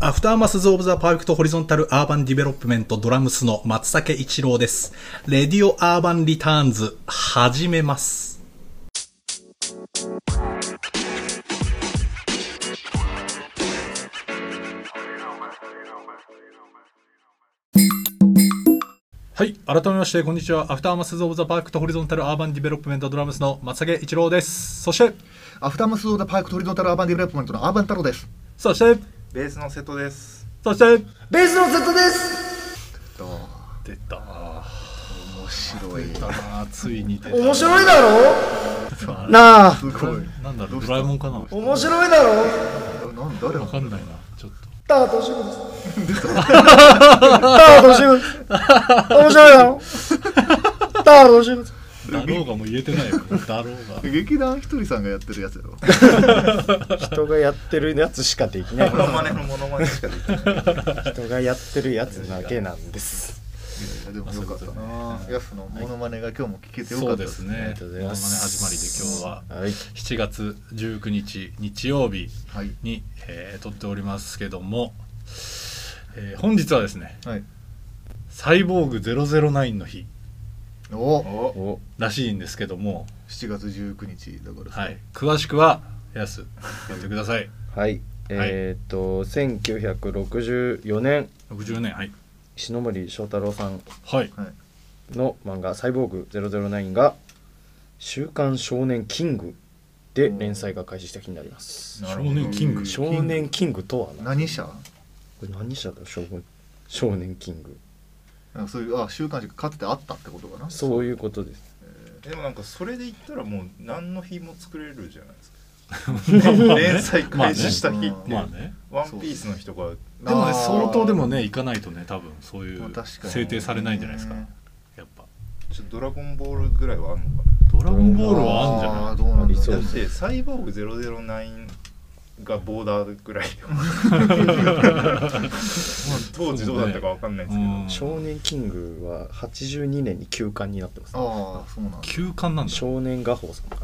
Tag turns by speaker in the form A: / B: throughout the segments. A: アフターマスズ・オブ・ザ・パーフェクト・ホリゾンタル・アーバン・ディベロップメント・ドラムスの松竹一郎です。レディオ・アーバン・リターンズ、始めます。はい。改めまして、こんにちは。アフターマスズ・オブ・ザ・パーフェクト・ホリゾンタル・アーバン・ディベロップメント・ドラムスの松竹一郎です。そして、
B: アフターマス・オーダ・パーク・トリドータル・アーバン・ディベロップメントのアーバン太郎です。
A: そして、
C: ベースの瀬戸です。
A: そして、
B: ベースの Z です
A: 出た。
B: 面白い。
A: な ついに出
D: 面白いだろなあ
B: すごい。
A: なんだろう、ドラえもんかなわ
D: 面白いだろ
B: なん誰なの
A: かんないな、ちょっと。
D: タワトシゴですタ ワトシゴです面白いだろタワトシゴです
A: だろうがもう言えてないよ。だろう が。
B: 劇団ひとりさんがやってるやつだろ。
D: 人がやってるやつしかできない
C: モノマネのモノマネしかできない。
D: 人がやってるやつだけなんです
B: いやでもよかったな。やすのモノマネが今日も聞けてよか
A: そ
B: っ
A: う
B: た
A: です。ね。
D: ありがとうございます
A: モノマネ始まりで今日は
D: はい
A: 7月19日日曜日
B: はい。
A: に、えー撮っておりますけども、えー本日はですね、
B: はい。
A: サイボーグ009の日
B: お
C: お、
D: お
A: らしいんですけども、
B: 7月19日だからさ
A: はい。詳しくは、やす、やってください。
E: はい、えーっと1964年
A: 60年、はい。
E: 篠森章太郎さん
A: はい。
B: はい。
E: の漫画「サイボーグ009」が「週刊少年キング」で連載が開始した日になります
B: な
A: 少
B: るほど
A: 年キング。
E: 少年キングとはなこ
B: 何社
E: れ何社だろう少年少年キング
B: なんかそういう、あ、週刊誌がかつてあったってことかな。
E: そういうことです
C: でもなんかそれで言ったらもう何の日も作れるじゃないですか。ね連載開始した日って、
A: まあね。
C: ワンピースの日とか、
A: でもね
B: あー
A: 相当でもね行かないとね多分そういう
B: まあ確かに
A: 制定されないんじゃないですか
B: ね
A: やっぱ
C: ちょっとドラゴンボールぐらいはあんのか
A: ドラゴンボールはあんじゃ
B: あ
A: な
B: ー
A: い
B: どうなんだ
E: ありそ
C: な。
E: う
C: だ
E: で
C: っ
E: す
C: てサイボーグ009がボーダーぐらいで。まあ当時どうだったかわかんないんですけど。
A: うん
E: 少年キングは82年に休刊になってます、
B: ああ、そうなんだ。
A: 休館なんだ
E: 少年画報さんか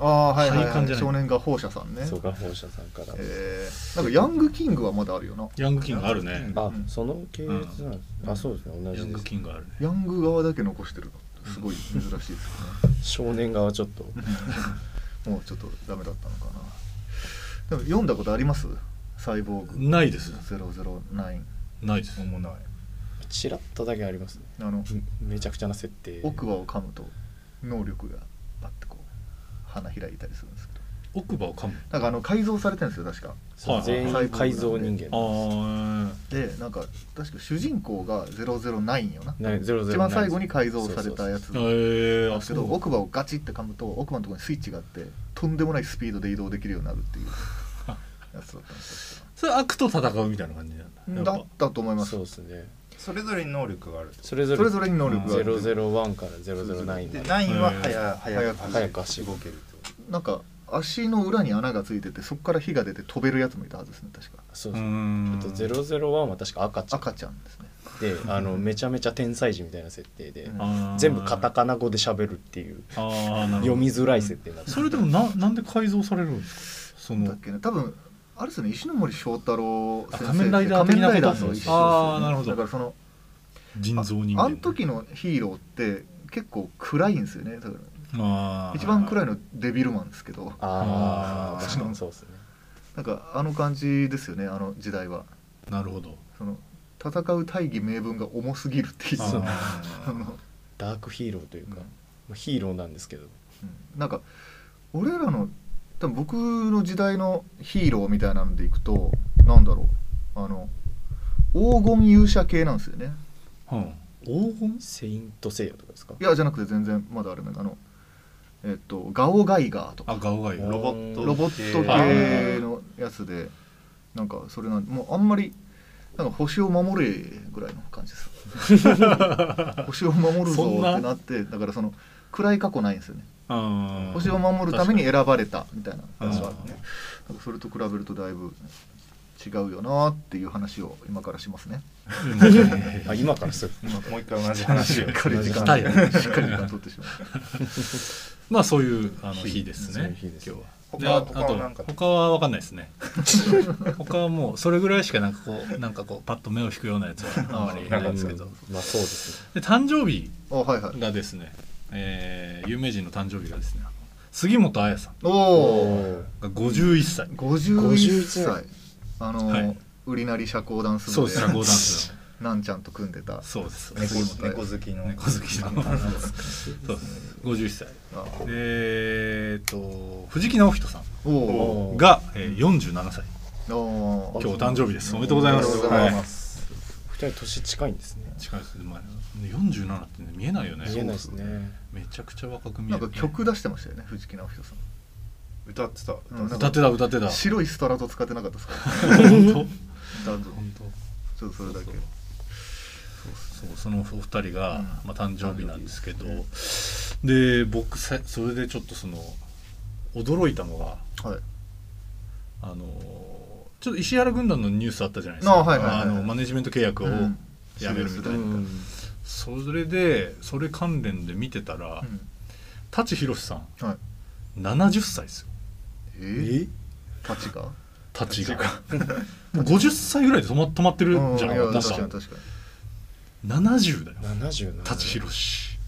B: ああ、はいはい
A: 廃刊
B: は
A: じゃな
B: い。
A: い
B: 少年画報社さんね
E: ら。そう画報社さんから
B: えー、なんかヤングキングはまだあるよな。
A: ヤングキングあるね
E: あ
B: うん
E: その系列なんですねあそうですね同
A: ヤ
E: じ
A: ン
E: で
A: グ
E: す
A: キングあるね
B: ヤング側だけ残してるのすごい珍しい ですよ
E: 少年側ちょっと
B: ねもうちょっとダメだったのかなでも読んだことありますサイボーグ
A: ないです
B: 009
A: ないです
C: もうない。
E: チラッとだけありますね
B: あの
E: めめちゃくちゃな設定
B: 奥歯を噛むと能力がパッてこう花開いたりするんですけど
A: 奥歯を噛む
B: なんかあの改造されてるんですよ確か
E: そう
A: はい
E: 全員改造人間
A: あ
B: でなんか確か主人公が009よな
E: ねゼロゼロ
B: 一番最後に改造されたや
A: あ
B: つ
A: え
B: なんで
A: ーあ
B: す
A: そ
B: けど
A: う
B: 奥歯をガチって噛むと奥歯のところにスイッチがあってとんでもないスピードで移動できるようになる っていうやつだったんですよ
A: それ悪と戦うみたいな感じなんだ
B: だ
A: やっ
B: ったと思います
E: そうですね
C: それぞれに能力があると。
E: それぞれ
B: それぞれに能力があ
E: ゼロ
B: る
E: ゼロワンからゼロゼロナイン
C: で、
E: まで
C: 9は早早く
E: 早く足
C: 動けると。
B: なんか足の裏に穴がついててそこから火が出て飛べるやつもいたはずですね確か
E: そう
A: ぱう
E: そう
A: ー
E: あ
A: ん
E: とゼロゼロワンは確か赤ちゃん
B: 赤ちゃんですね
E: であのめちゃめちゃ天才児みたいな設定で
B: うん
A: あー
E: 全部カタカナ語で喋るっていう
A: あーなるほど
E: 読みづらい設定になって
A: それでもななんで改造されるんですかそ
B: だ
A: の
B: っけね多分あれですよね石ノ森章太郎先生
A: あ仮面ライダー的
B: 仮
A: な
B: 面
A: こ
B: ラ
A: となんです
B: イダー
A: ね
B: と一緒です
A: あー
B: よ
A: なるほ
B: ね
A: ど
B: だからその
A: 人造人間
B: ああの時のヒーローって結構暗いんですよねだから
A: あー
B: 一番暗いのデビルマンですけど
E: あ
A: あ
E: あ
A: ー
E: 確かにそうですね
B: なんかあの感じですよねあの時代は
A: なるほど
B: その戦う大義名分が重すぎるっていう
A: あ
B: あの
E: ダークヒーローというか
B: うん
E: まあヒーローなんですけど
B: うんなんか俺らの多分僕の時代のヒーローみたいなのでいくとなんだろうあの黄金勇者系なんですよね
A: ーうん黄金
E: セイントセイヤとかですか
B: いやじゃなくて全然まだあれなんだあのえっとガオガイガーとか
A: あガオガイガ
C: ロボット
B: ロボット系のやつでなんかそれなんもうあんまりなんか星を守れぐらいの感じです星を守るぞってなってだからその暗い過去ないんですよね
A: あー
B: 星を守るために選ばれたみたいな
A: うん
B: 話があってねなんかそれと比べるとだいぶ違うよなっていう話を今からしますね
E: あ今からする
C: もう一回同じ 話を
B: しっ。かり時
A: した
B: 間
A: いよ
B: しっかり時間取ってしまう
A: まあそういうあの日で
E: そ
A: す
E: ういう
A: ね
E: 日です
A: 今日はでああ
C: 他他は
A: と
C: なんか
A: 他は分かんないですね 他はもうそれぐらいしかなんかこうなんかこうパッと目を引くようなやつはあまりないですけど
E: まあそうですね
A: で誕生日
B: あはいはい
A: がですね、えー有名人の誕生日がですねあの杉本彩さん
B: おお
A: が51歳
B: 51歳あの、
A: はい
B: 売りなり社交ダンス
A: そう
B: 部
A: で
B: です
A: 社交ダンスの
B: なんちゃんと組んでた
A: そうです
B: 杉本
C: 猫好きの
A: 猫好きのそうです51歳
B: あ
A: でえーっと藤木直人さん
B: おお
E: おー
A: が、えー47歳
B: お
A: 今日お誕生日ですおめでとうございます
B: おめでとうござい
A: ます、
E: 二人年近いんですね
A: はい近いですね、まあ、47って、ね、見えないよね
E: 見えないですね
A: めちゃくちゃ若く見
B: な
A: え
B: ん
A: る、
B: か
A: ね、
B: 曲出してましたよね藤木直人さん
C: 歌ってた
B: うんなんか
A: 歌ってた歌ってた
B: 白いストラト使ってなかっ たですか
A: 本当本
B: 男女
A: 当
B: ちょっとそれだけ
A: そうそのお二人が、
B: うん
A: まあ、誕生日なんですけどで僕さそれでちょっとその驚いたのが
B: はい
A: あのちょっと石原軍団のニュースあったじゃないです
B: あはいはいはい
A: か
B: は
A: あ
B: い
A: のマネジメント契約を
B: うん
A: やめるみたいな、
E: うん
A: それでそれ関連で見てたら、舘ひろしさん
B: うんはい
A: 70歳ですよ
B: えー、
E: え
B: パチが
A: 舘が もう50歳ぐらいで止ま止まってるんじゃん
B: いや
A: 確
B: 確かに
A: か
B: 確かに
A: 70だよ
E: 七十な
A: 舘ひろし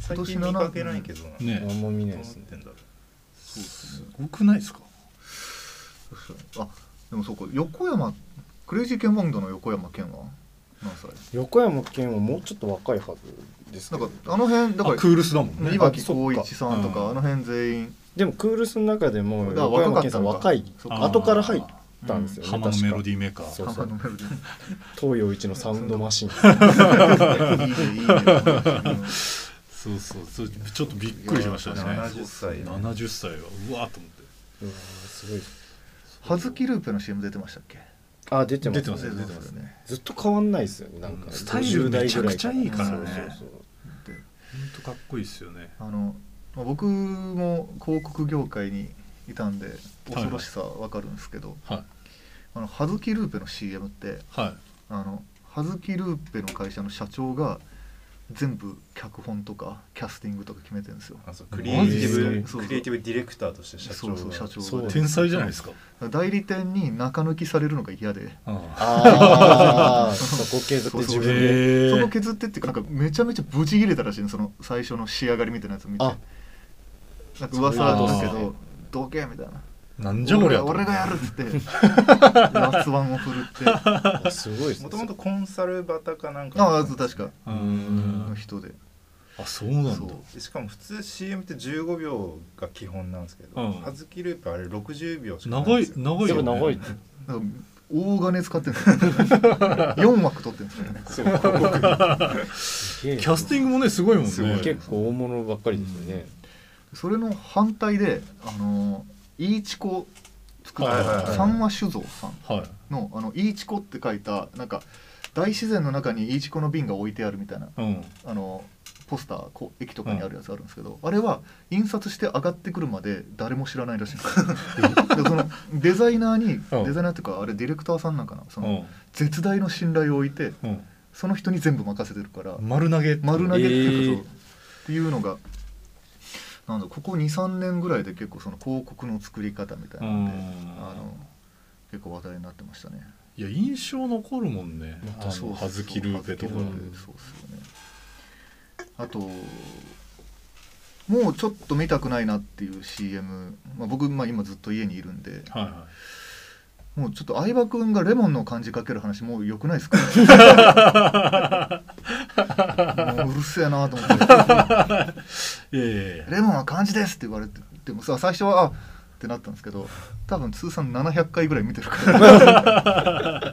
C: 最近見かけないけどな
A: ね
E: 何も見ない
C: どうな
E: で
C: っ
E: すね
C: てんだろう
A: すごくないですか
B: 確かにあでもそうか横山クレイジーケンバンドの横山健は何歳
E: 横山健はもうちょっと若いはずです
B: な
E: け
B: んか
E: ど
B: あの辺だ
A: あ
B: か
A: クールスだもん
B: ら
A: ね
B: 岩
E: あ
B: 城
E: そっ
B: 浩
E: か
B: 一さんと
A: うん
B: かあの辺全員
E: でもクールスの中でも
B: だから
E: 横山
B: 若か
E: 健
B: っ
E: さ
B: た
E: ん
B: のか
E: 若い
B: そっ
A: か
E: 後から入ったんですよね
A: 浜のメロデ
E: ィ
A: ィーメーカー
E: そうそう
B: 浜辺で
E: 東洋一のサウンドマシ ン
B: いいねいい ね
A: そうそうそうちょっとびっくりしましたね
B: いや
C: 70歳
A: 70歳はうわーと思って
E: うわーすごい
B: 葉月ループの CM 出てましたっけ
E: あ出てます
A: 出てますね出てますね
B: ね
E: ずっと変わんないですよねなんか
A: スタイルめちゃくちゃいいからね
E: 50代ぐらいそうそうそう
B: で
A: 本当かっこいいですよね
B: あのまあ僕も広告業界にいたんで恐ろしさわかるんですけど、
A: はい
B: あの葉月ルーペの CM って
A: はい
B: あの葉月ルーペの会社の社長が全部脚本とかキャスティングとか決めてるんですよ
C: あそうクリエイティ
B: マジっす
C: ブ
B: か
C: クリエイティブディレクターとして社長
B: そう
C: が
B: そう社長
E: そう
B: が
A: 天才じゃないですか
B: 代理店に中抜きされるのが嫌で
A: あ
E: ああそこ削って自 分で
A: へ
B: そこ
A: ー
B: 削ってっていうかなんかめちゃめちゃブチ切れたらしいのその最初の仕上がりみたいなやつ見て
E: あ
B: なんか噂だけ
A: そう
B: どどけみたいな
A: なんじゃこりゃと
B: 俺がやるっつ って辣腕を振るってあ
E: あすごいですね
C: もともとコンサルバタかなんか
B: あ確か
A: う
B: の
A: ん
B: 人で
A: あそうなん
B: そう
A: だ
C: でしかも普通 CM って15秒が基本なんですけど、
A: うん
C: はずきループあれ60秒しかないん
A: 長
C: で
A: い
C: すよ
A: 長い
E: で
A: よ
E: も
A: ね
E: 長い
B: なんか大金使ってるんですよ4枠取ってるんですよね
C: そう広告
E: すげえ
A: キャスティングもねすごいもん
C: すご
A: ね
C: い
E: 結構大物ばっかりですよね
B: それの反対であのイーチコ作っ
A: はいはい
B: た
A: はい
B: 三和酒造さん
A: はい
B: の「あのイーチコ」って書いたなんか大自然の中にイーチコの瓶が置いてあるみたいな
A: うん
B: あのポスターこう駅とかにあるやつあるんですけど、あれは印刷して上がってくるまで誰も知らないらしいんですよでそのデザイナーに、
A: うん
B: デザイナーっていうかあれディレクターさんなんかなそうの、
A: ん
B: 絶大の信頼を置いて
A: うん
B: その人に全部任せてるから
A: 丸投げ
B: 丸投げっていうか、
E: えー
B: そうっていうのがなんだここ23年ぐらいで結構その広告の作り方みたいなんで、
A: うん
B: あの結構話題になってましたね。
A: いや印象残るもんねあ
B: そう
A: の葉月ルーペとか
B: そうですよねあともうちょっと見たくないなっていう CM、まあ、僕、まあ、今ずっと家にいるんで
A: はいはい
B: もうちょっと相葉君がレモンの感じかける話もう良くないで すかもううるせえなと思って
A: いやいやいや
B: 「レモンは漢字です」って言われてでもさ最初は「あってなったんですけど多分通算700回ぐらい見てるから ち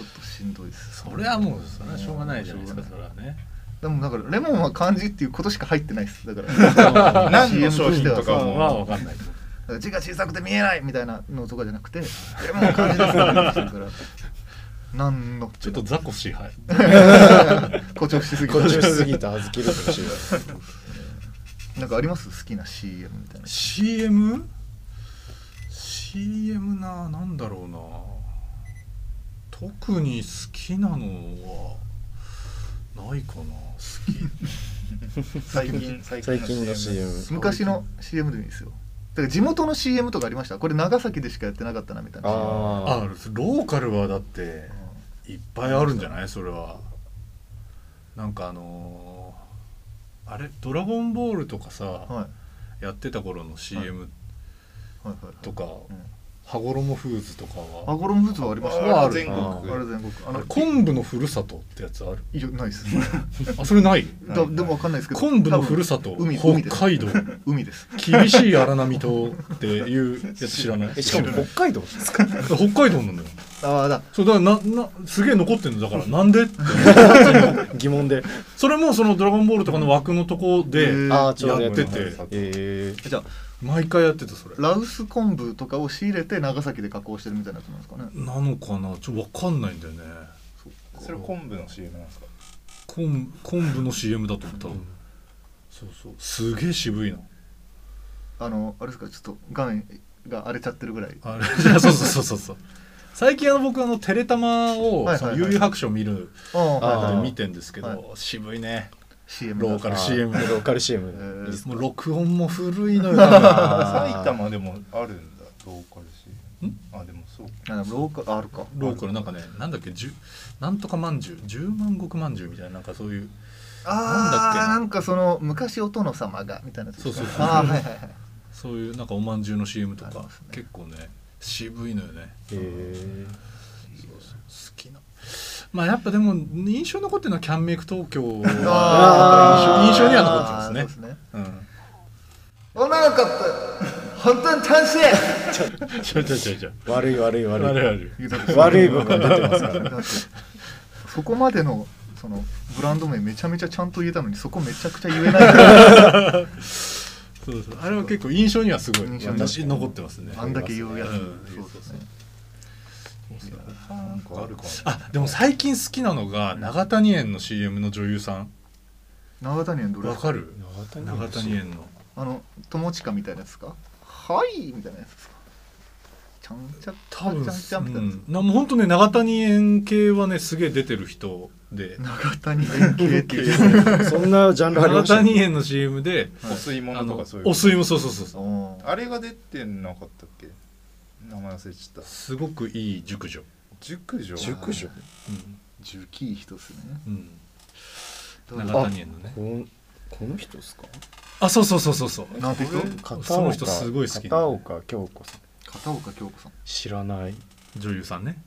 B: ょっとしんどいです
A: それはもうそれはしょうがないじゃないですか
B: しょ
A: そうれはね
B: でもだからレモンは漢字っていうことしか入ってないですだから
C: 何の商品とか
A: まあ
C: まあ
B: そう
C: も
A: まあわかんない
B: だから字が小さくて見えないみたいなのとかじゃなくてレモンは漢字ですってなってるから何の
A: ちょっとザコシはい
B: 誇張しすぎた
E: 誇張しすぎたあずきるかもしれない
B: なんかあります好きな CM みたいな
A: CM?CM ななんだろうな特に好きなのはないかな好き
B: 最近
C: 最
E: 最近の CM
B: 昔の CM でもいいですよから地元の CM とかありましたこれ長崎でしかやってなかったなみたいな
E: あ
A: あローカルはだっていっぱいあるんじゃないそれはなんかあのーあれ「ドラゴンボール」とかさ、
B: はいはい
A: やってた頃の CM
B: はいはい
A: とか、
B: うん
A: 羽衣フーズとかは、
B: アゴロムフーズはありました
C: あ
B: あ
C: れ全国
E: あ
B: あれ全国あ
A: あれ
B: の
A: 昆布のふるさとってやつある
B: いやないです
A: あそれ ない
B: だでもわかんないですけど
A: 昆布のふるさと
B: 多分海
A: 北
B: 海です
A: 海道
B: 海です
A: 厳しい荒波とっていうやつ知らない
E: えしかも北海道です か
A: 北海道なんだよ
B: ああだ
A: そうだからななすげえ残ってんのだ からなんでって
E: 疑問で
A: それもその「ドラゴンボール」とかの枠のとこ
B: へ
A: で
B: ー
E: ああちょう
A: や
E: どや
A: っ
E: ってて
A: て
E: てえー
B: じゃあ
A: 毎回やってたそれ
B: ラウス昆布とかを仕入れて長崎で加工してるみたいなやつなんですかね
A: なのかなちょっとわかんないんだよね
C: それ昆布の CM なんですか
A: 昆昆布の CM だと思った、そうそうすげえ渋いな
B: あのあれですかちょっと画面が荒れちゃってるぐらい
A: あれ そうそうそうそうそう最近あの僕あのテレタマを
B: はいはいはい
A: その悠々白書を見る
B: ああはい
A: あ
B: はい
A: で
E: ー
A: 見てんですけど、
B: はい
A: 渋いね
B: CM
A: ローカル CM
E: あーローカル
B: え
E: CM
B: ー
A: もう録音も古いのよ な
E: あー
C: 埼玉でもあるんだローカル CM あでもそう
B: あでもローカルあるか
A: ローカルなんかねなんだっけ十なんとかまんじゅう十万石まんじゅうみたいななんかそういうなんだっ
B: あ
A: けな
B: ーなんかその昔お殿様がみたいなやつです
A: そ
B: か
A: うそうそう
B: あーはいはいはい
A: そういうなんかおまんじゅうの CM と
B: あり
A: か、
B: ますね
A: 結構ね渋いのよね
E: え
A: 好きなまあやっぱでも印象に残ってるのはキャンメイク東 京が
B: あ
A: 印象印象には残ってます
B: あ
A: ね
B: ーそうですね
A: うん
B: 女の子って本当に楽しい
A: ちょちょちょちょ
E: ー悪い悪い
A: あ
E: 悪
A: れ
E: い
A: ある
E: 悪い部分出てますから
B: だってそこまでのそのブランド名めちゃめちゃちゃんと言えたのにそこめちゃくちゃ言えない
A: そうそうあれは結構印象にはすごい
B: 印象に
A: 私残ってますね
B: あんだけ言うや
A: う
B: つ、
A: ん
B: そうですね
C: なんかあるかな
A: あでも最近好きなのが永谷園の CM の女優さん
B: 長谷園どれ
A: わかる
E: 長
A: 永
E: 谷
A: 谷園の
B: あの友近みたいなやつですかはいみたいなやつですかちゃんちゃ
A: 多分
B: ちゃんちゃんみたいなやつ
A: うん、なもう本当ね永谷園系はねすげえ出てる人で
B: 長谷園系っていう
E: そんなジャンルあり
A: 永
E: ました
A: 谷園の CM で
C: お吸い
A: あ
C: 物と
A: の
C: かそういう
A: お吸いもそうそうそうそう
B: おー
C: あれが出てなかったっけ名前忘れちゃった
A: すごくいい熟女
C: 熟女
E: 熟女
B: 受気いい人ですね
A: うん、
B: ど
A: う、
B: うんぞ
A: 永谷園のね
E: こんこの人ですか
A: あそうそうそうそうそう
B: あなんて人
E: 片
A: その人すごい好き
E: 片岡京子さん
B: 片岡京子さん
E: 知らない
A: 女優さんね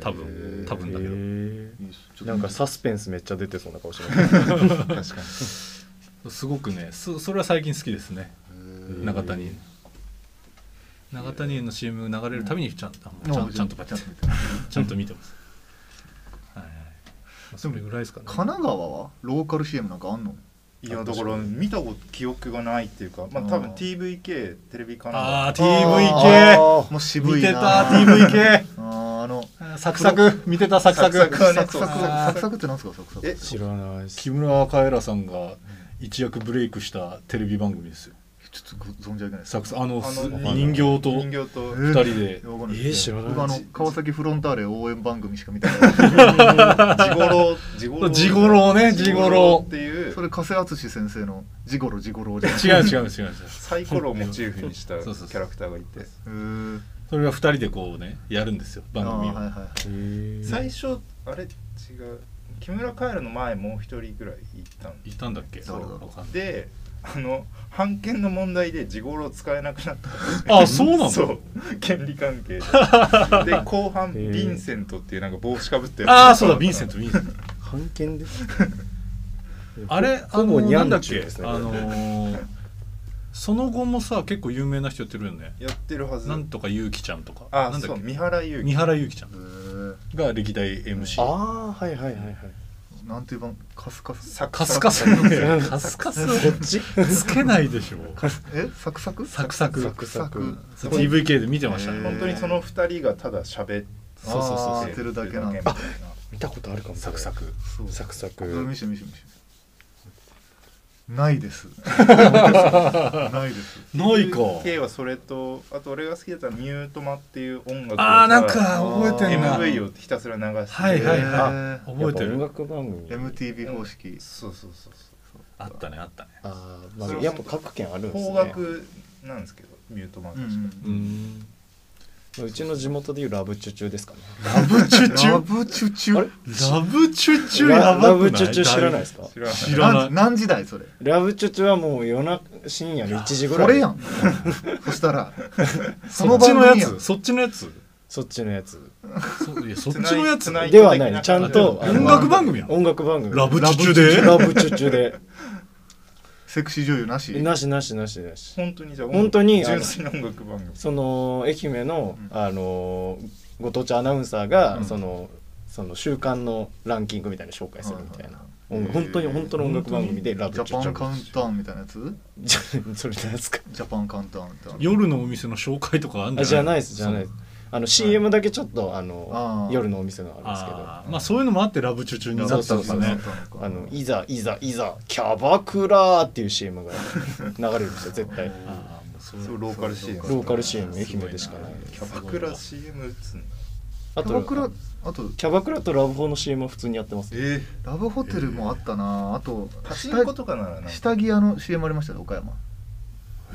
A: 多分多分だけど
B: い
E: へ
B: いですちょっと
E: ーなんかサスペンスめっちゃ出てそうな顔してます
C: 確かに
A: すごくねそそれは最近好きですね
B: えー
A: 永谷園永谷園の CM 流れるたびにちゃんとあちゃんちゃんとちゃんと
B: 見てます
A: ちゃんと見てますはいはいまあそれぐらいですかね
B: 神奈川はローカル CM なんかあんの
C: いやだから見たこと記憶がないっていうかまあ多分
B: あー
C: TVK テレビか
A: あ
C: な
A: ー
B: あ
A: TVK
B: ーもう渋
A: 見
B: いな
A: てた TVK
B: あーあの
A: サクサク見てたサクサク
C: サクサク
B: サクサク
A: あー
B: サクサクってなんですかサクサク
C: え
E: 知らないです
A: 木村カエラさんが一躍ブレイクしたテレビ番組ですよ
B: ちょっとご存じ上げないです
A: サクサあの
C: あの
A: す
C: 人
A: 人形と
C: 人
A: 2
C: 形と
B: え
A: 人で
B: いやわかんない
E: えー知らない
B: 僕あの川崎フロンターレ応援番組しか見てない
C: 地頃 地頃
A: ジゴロウね
C: ジゴ
A: ジゴ
C: ロ
A: ロ
C: ウっていう
B: それ加瀬敦先生の「ジゴロジゴロ」じゃな
A: 違
B: い
A: う違う違う違う
C: サイコロをモチーフにしたキ
A: そうそうそう
C: ャラクターがいて
B: へー
A: それが2人でこうねやるんですよ
B: あー
A: 番組を、
B: はいはいはい
E: へー
C: 最初あれ違う木村カエラの前もう一人ぐらい行ったん
A: いたんだっけ
B: そう
A: わかんない
C: であの判権の問題で地頃使えなくなった
A: あそうなの
C: そう権利関係 でで後半ヴィンセントっていうなんか帽子かぶってる
A: ああそうだヴィンセントヴィンセント
E: 判件です
A: あれあ
E: ほぼ
A: の
E: ニャ
A: なんだ
E: ン
A: っ
E: チュ
A: け、
E: ですね
A: あのーその後もさ結構有名な人やってるよね
C: やってるはず
A: なんとかゆうきちゃんとか
C: あ
A: なんだ
C: そ
A: っ
C: う
A: け
C: 三原優
A: 三
C: 希
A: 原ゆうきちゃん
B: へー
A: が歴代 MC
E: ああはいはいはいはい
B: なんていう番カスカス
C: サ
A: カスカスカスカス
E: こっち
A: つけないでしょ
B: えサクサク
A: サクサク
E: サクサク
A: そう TVK で見てましたね、
B: へー
C: 本当にその二人がただ喋って
B: そうそうそうそうやってるだけなんだ
C: みたい
E: 見たことあるかも
A: サクサク
B: そう
E: サクサク
B: うん見せて見せて見せてないですないです
A: ないか
C: K はそれとあと俺が好きだったのはミュートマっていう音楽を
A: あーなんか覚えてんな
C: MV をひたすら流して
A: はいはいは
B: へ
A: い覚えて
E: やっぱ音
A: る
E: 楽番組
B: MTV 方式
C: そうそうそうそう
A: あったねあったね
E: ああまあやっぱ各県あるんですね
C: 邦楽なんですけどミュート
B: う
C: 漫画し
B: ん
C: か、
E: うんまあうちの地元でいうラブチュチュですかね
A: ラブチュチュ
B: ラブチュチュ
E: あれ
A: ラブチュチュや
E: ラ
A: ばくない
E: ラブチュチュ知らないですか
C: 知らない
A: 知らない
B: ん何時代それ
E: ラブチュチュはもう夜な深夜の1時ぐらい
B: それやんそしたらそ
A: そ
B: の
A: っち
B: 番
A: のや
B: 組やん
A: つそっちのやつ
E: そっちのやつ
A: そいやそっちのやつ
C: 繋い
E: ではないちゃんと
C: 繋
E: あの
A: 音楽番組やん
E: 音楽番組
A: ラブチュチュで
E: ラブチュチュで
B: セクシー女優なし
E: なしなしなしなし
C: 本当にじゃあ
E: 本当に
C: 純粋な音楽番組
E: その愛媛の、あのご当地アナウンサーが、そのその週間のランキングみたいな紹介するみたいな、
B: いはい
E: 音楽本当に本当の音楽番組でラ
B: ジ
E: ブ
B: ャ
E: チュ
B: パ
E: チ
B: ンカウ
E: ュ
B: ントダウンみたいなやつ
E: じゃそれなんですか
B: ジャパンカウントダウンってある
A: 夜のお店の紹介とかあんじゃない
E: あじゃないですじゃないですあの CM だけちょっとあの
B: あー
E: 夜のお店があるんですけど
A: あーまあそういうのもあってラブチュチュになったんです
E: そうそう
A: ね
E: あのいざいざいざキャバクラーっていう CM が流れるんですよ絶対
A: あーもうそれ
C: そうローカル CM
E: ローカル CM 愛媛でしかない
C: キャバクラ CM 打つんだ
E: あ
B: キャバクラ
E: と
B: あと
E: キャバクラとラブホの CM は普通にやってます
C: え
B: ラブホテルもあったなあと
C: ー、パチンコとかならなんか
B: 下着屋の CM ありましたね岡山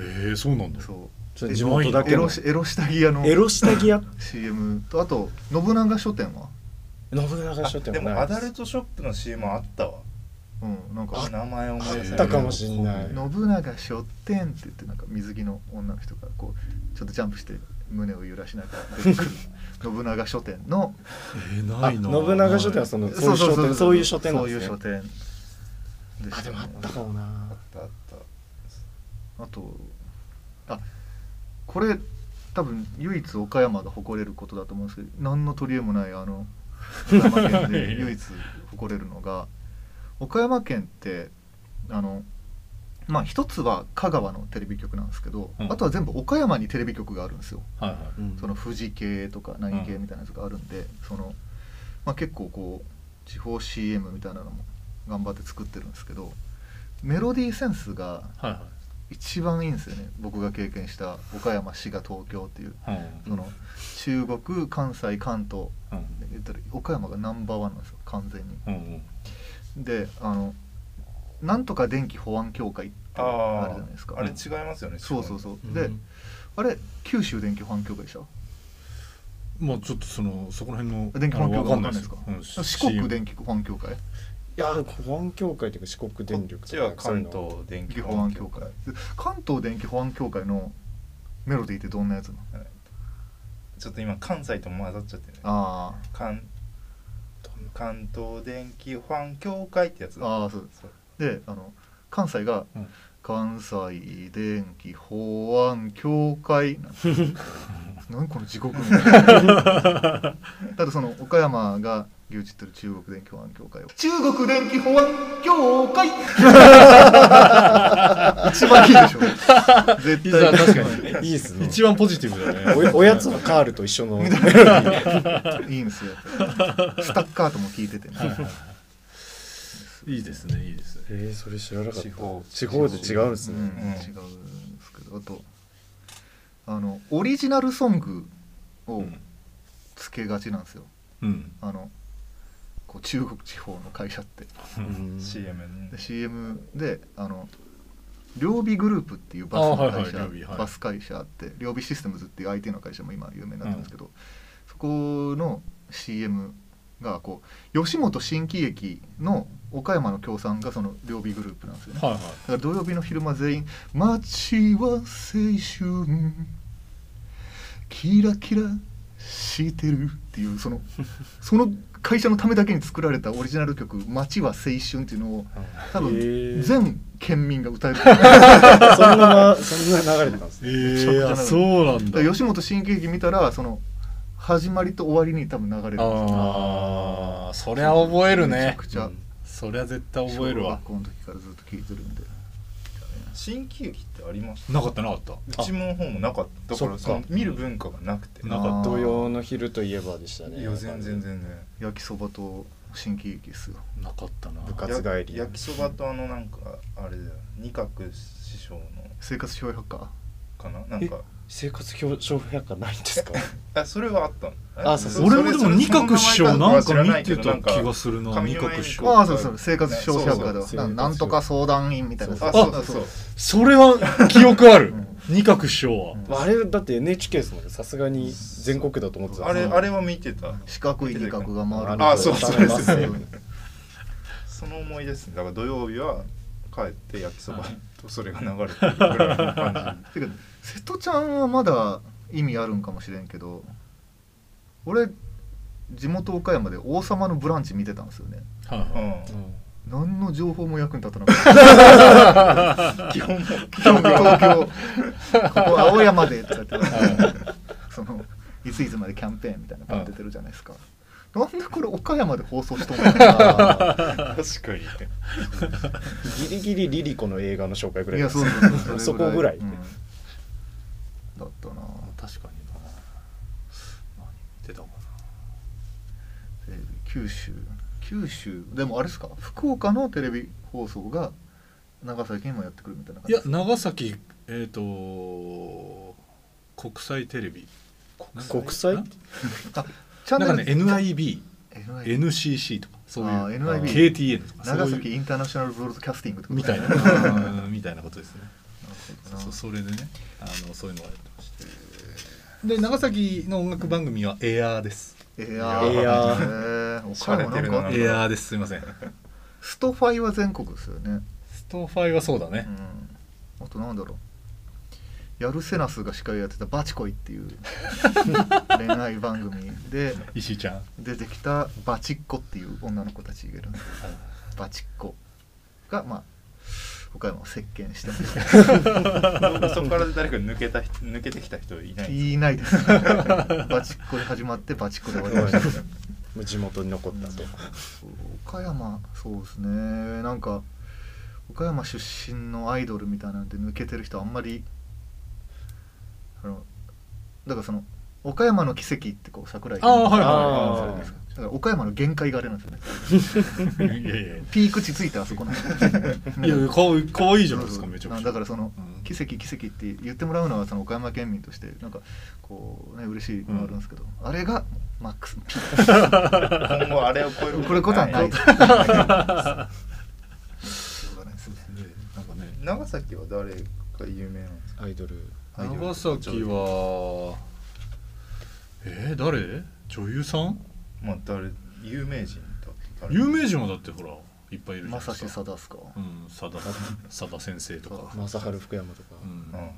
A: ええそうなんだ
B: そ
E: ちょっと地元だ
B: う
E: け
B: エ
E: の
B: ロしエロ下着屋の
E: エロ下着屋
B: CM とあと信長書店は
E: 信長書店
C: で
E: も
C: も
E: ない
C: ア
E: で
C: ダ
E: す
C: ルトショップの CM あったわ
B: うんなんか
C: 名前思い出せ
E: あっ
C: な
E: た
C: い
E: かもしんない
B: 信長書店って言ってなんか水着の女の人がこうちょっとジャンプして胸を揺らしながら出てくる信長書店の
A: えー
E: あ
A: ない
E: 信
A: な
E: 長書店はそのそういう書店 そういう書店なんですね
B: そういう書店で
E: あ
B: した
E: で
B: ね
E: もあったかもな
C: あったあっ
B: あとあこれ多分唯一岡山が誇れることだと思うんですけど何の取り柄もないあの岡山県で唯一誇れるのが岡山県ってあのまあ一つは香川のテレビ局なんですけど、
A: うん
B: あとは全部岡山にテレビ局があるんですよ。
A: はいは
E: うん
B: その富士系とか何系みたいなやつがあるんで、そのまあ、結構こう地方 CM みたいなのも頑張って作ってるんですけどメロディーセンスが
A: いは
B: 一番いいんですよね僕が経験した岡山滋賀東京っていう
A: いはい
B: その中国関西関東
A: うん
B: で言ったら岡山がナンバーワンなんですよ完全に
A: うんうん
B: であのなんとか電気保安協会って
C: た
B: あ
C: あ
B: る
C: ー
B: じゃないですか
C: あれ違いますよね
B: そうそう
C: う
B: そう、
E: うん
B: であれ九州電気保安協会でしょ
A: まあちょっとそのそこら辺の
B: 電気保安協会わかんないですか
A: あのわ
B: 四国電気保安協会
E: いや保安協会というか四国電
C: こと
E: 力
C: っ
E: か
C: ちは
E: そうい
C: 関
E: うの
C: 東
B: 電
C: 電気
B: 気保安協会関東電気保安協会のメロディーってどんなやつなの
C: ちょっと今関西と混ざっちゃってね
B: あ
C: 関関東電気保安協会ってやつ
B: ーあーそう
C: そう
B: であの関西が、
A: うん
B: 関西電気保安協会」なん て何この地獄みたいなただその岡山が牛耳ってる中国電気保安協会を中国電気保安協会一番いい でしょ絶対
A: 確か
E: いいです
A: に
E: ね
A: 一番ポジティブだね
E: おおやつのカールと一緒 の
B: いいんですよスタッカートも聞いててね
A: いいですねいいですね
E: えー、それ知らなかった
C: 地方
E: 地方で違うんです
B: うん、
E: ね、
B: 違うんですけどあとあのオリジナルソングをつけがちなんですよ、
A: うん
B: あのこう中国地方の会社って
E: うん
C: CM ね
B: で CM であの両備グループっていうバスの会社、
A: あはいはい両備はい
B: バス会社あって両備システムズっていう IT の会社も今有名になってるんですけど、そこの CM がこう吉本新喜劇の岡山の協賛がその両備グループなんですよね、
A: はいはい
B: だから土曜日の昼間全員「街は青春キラキラしてる」っていうそのその会社のためだけに作られたオリジナル曲「街は青春」っていうのを多
E: へ
B: 分
E: ー
B: 全県民が歌える
E: そんなそんな流れてたんです
A: え
E: ね
A: ー、あそうなんだ
B: だから吉本新喜劇見たらその始まりと終わりに多分流れるんですよ
A: ああそりゃ覚える
B: めちゃ
A: ね
B: くちゃ
A: そりゃ絶対覚える
B: 小
A: わ
B: 学校の時からずっと聴いてるんで
C: 新喜劇ってありまし
A: なかったなかった
C: たうちの方もなかっただから
E: そ
C: そ
E: っか
C: の見る文化がなくて
B: な
C: な
B: かった
E: 土曜の昼といえばでしたね
C: いや全然全然
B: 焼きそばと新喜劇ですよ
A: なかったな
E: 部活帰り
C: や焼きそばとあのなんかあれだよ二角師匠の
B: 生活小百科
C: かななんか
E: 生活表彰百科ないんです か
C: あそれはあったの
E: あそうそう
C: れ
A: 俺もでも二角師匠なんか見てた気が
C: す
A: するな
C: 紙
A: 二
C: の上に
A: 角師匠
B: ああそうそう生活小百科だ
E: そうそう
B: なんなんとか相談員みたいな
C: あそうそうそう
A: それは記憶ある二角師匠 は、
E: まああれだって NHK ですもんねさすがに全国だと思ってた
C: あれあれは見てた
B: 四角い二角が回る
C: あそうそうそう
E: ですね
C: その思いですねだから土曜日は帰って焼きそばとそれが流れてる ぐらいの感
B: てか瀬戸ちゃんはまだ意味あるんかもしれんけど俺地元岡山で「王様のブランチ」見てたんですよね
A: はいはい
C: じ、うん、
E: う
B: 何の情報も役に立たなかった 基本も基本東京ここ青山でとかってそのいついつまでキャンペーンみたいなの出てるじゃないですかなんでこれ岡山で放送しとんのか
C: 確かに
E: んギリギリリリコの映画の紹介ぐ
B: な
E: ら
B: いや
E: いです
B: そうそう そう
E: そこぐらい
B: うんだったな
A: 確かにな何見てたか
B: テレビ九州九州でもあれですか福岡のテレビ放送が長崎にもやってくるみたいな感
A: ない
B: じ
A: や長崎えっ、と国際テレビ
E: 国際
A: な
B: チャ
A: なんかね NIBNCC
B: NIB
A: とかそういう
B: あー NIB
A: KTN とか
B: 長
A: そう
B: 崎
A: いう
B: インターナショナルブロードキャスティングってこと
A: み たいな
B: なる
A: うんみたいなことですね
B: ほどな
A: そそれでねあのそういうのをやってましたで長崎の音楽番組はエアーです
B: いや
E: いや
B: ーお金もな
C: 洒落て
B: ん
C: る
B: か
C: な
A: エアーですすいません
B: ストファイは全国ですよね
A: ストーファイはそうだね
B: うんあとなんだろうヤルセナスが司会やってた「バチコイ」っていう恋愛番組で
A: 石井ちゃん
B: 出てきたバチッコっていう女の子たちがいるんですけどバチッコがまあ岡山を席巻してます
C: そこから誰か抜けた人抜けてきた人いない
B: 言いないです、ね、バチッコで始まってバチッコで終わりました
E: もう地元に残ったと
B: 岡山そうですねなんか岡山出身のアイドルみたいなんで抜けてる人あんまりあのだからその岡山の奇跡ってこう桜井
A: ああはい
E: はいはい
B: あるじゃないですかだから岡山の限界があれなんですよね
A: いやいやい
B: ピーク地ついてあそこなんです
A: や いやかわいかわいいじゃないです
B: そ
A: か
B: う
A: めちゃ
B: な
A: くちゃ
B: だからその、
A: うん
B: 奇跡奇跡って言ってもらうのはその岡山県民としてなんかこうね嬉しいのがあるんですけど、あれがマックスのピー
C: 今後あれを超える
B: クこれことはない しょうがないですね
A: でなんかね
C: 長崎は誰が有名なんですか
E: アイドル
A: 長崎はえー、誰女優さん
C: まあ誰有名人と誰
A: 有名人はだってほらいっぱいいるじゃな
B: ま
A: いで
B: さ
A: す
B: し
A: か
B: さだすか、
A: うん佐田佐田先生とか、
E: 正治福山とか
A: うん
C: うん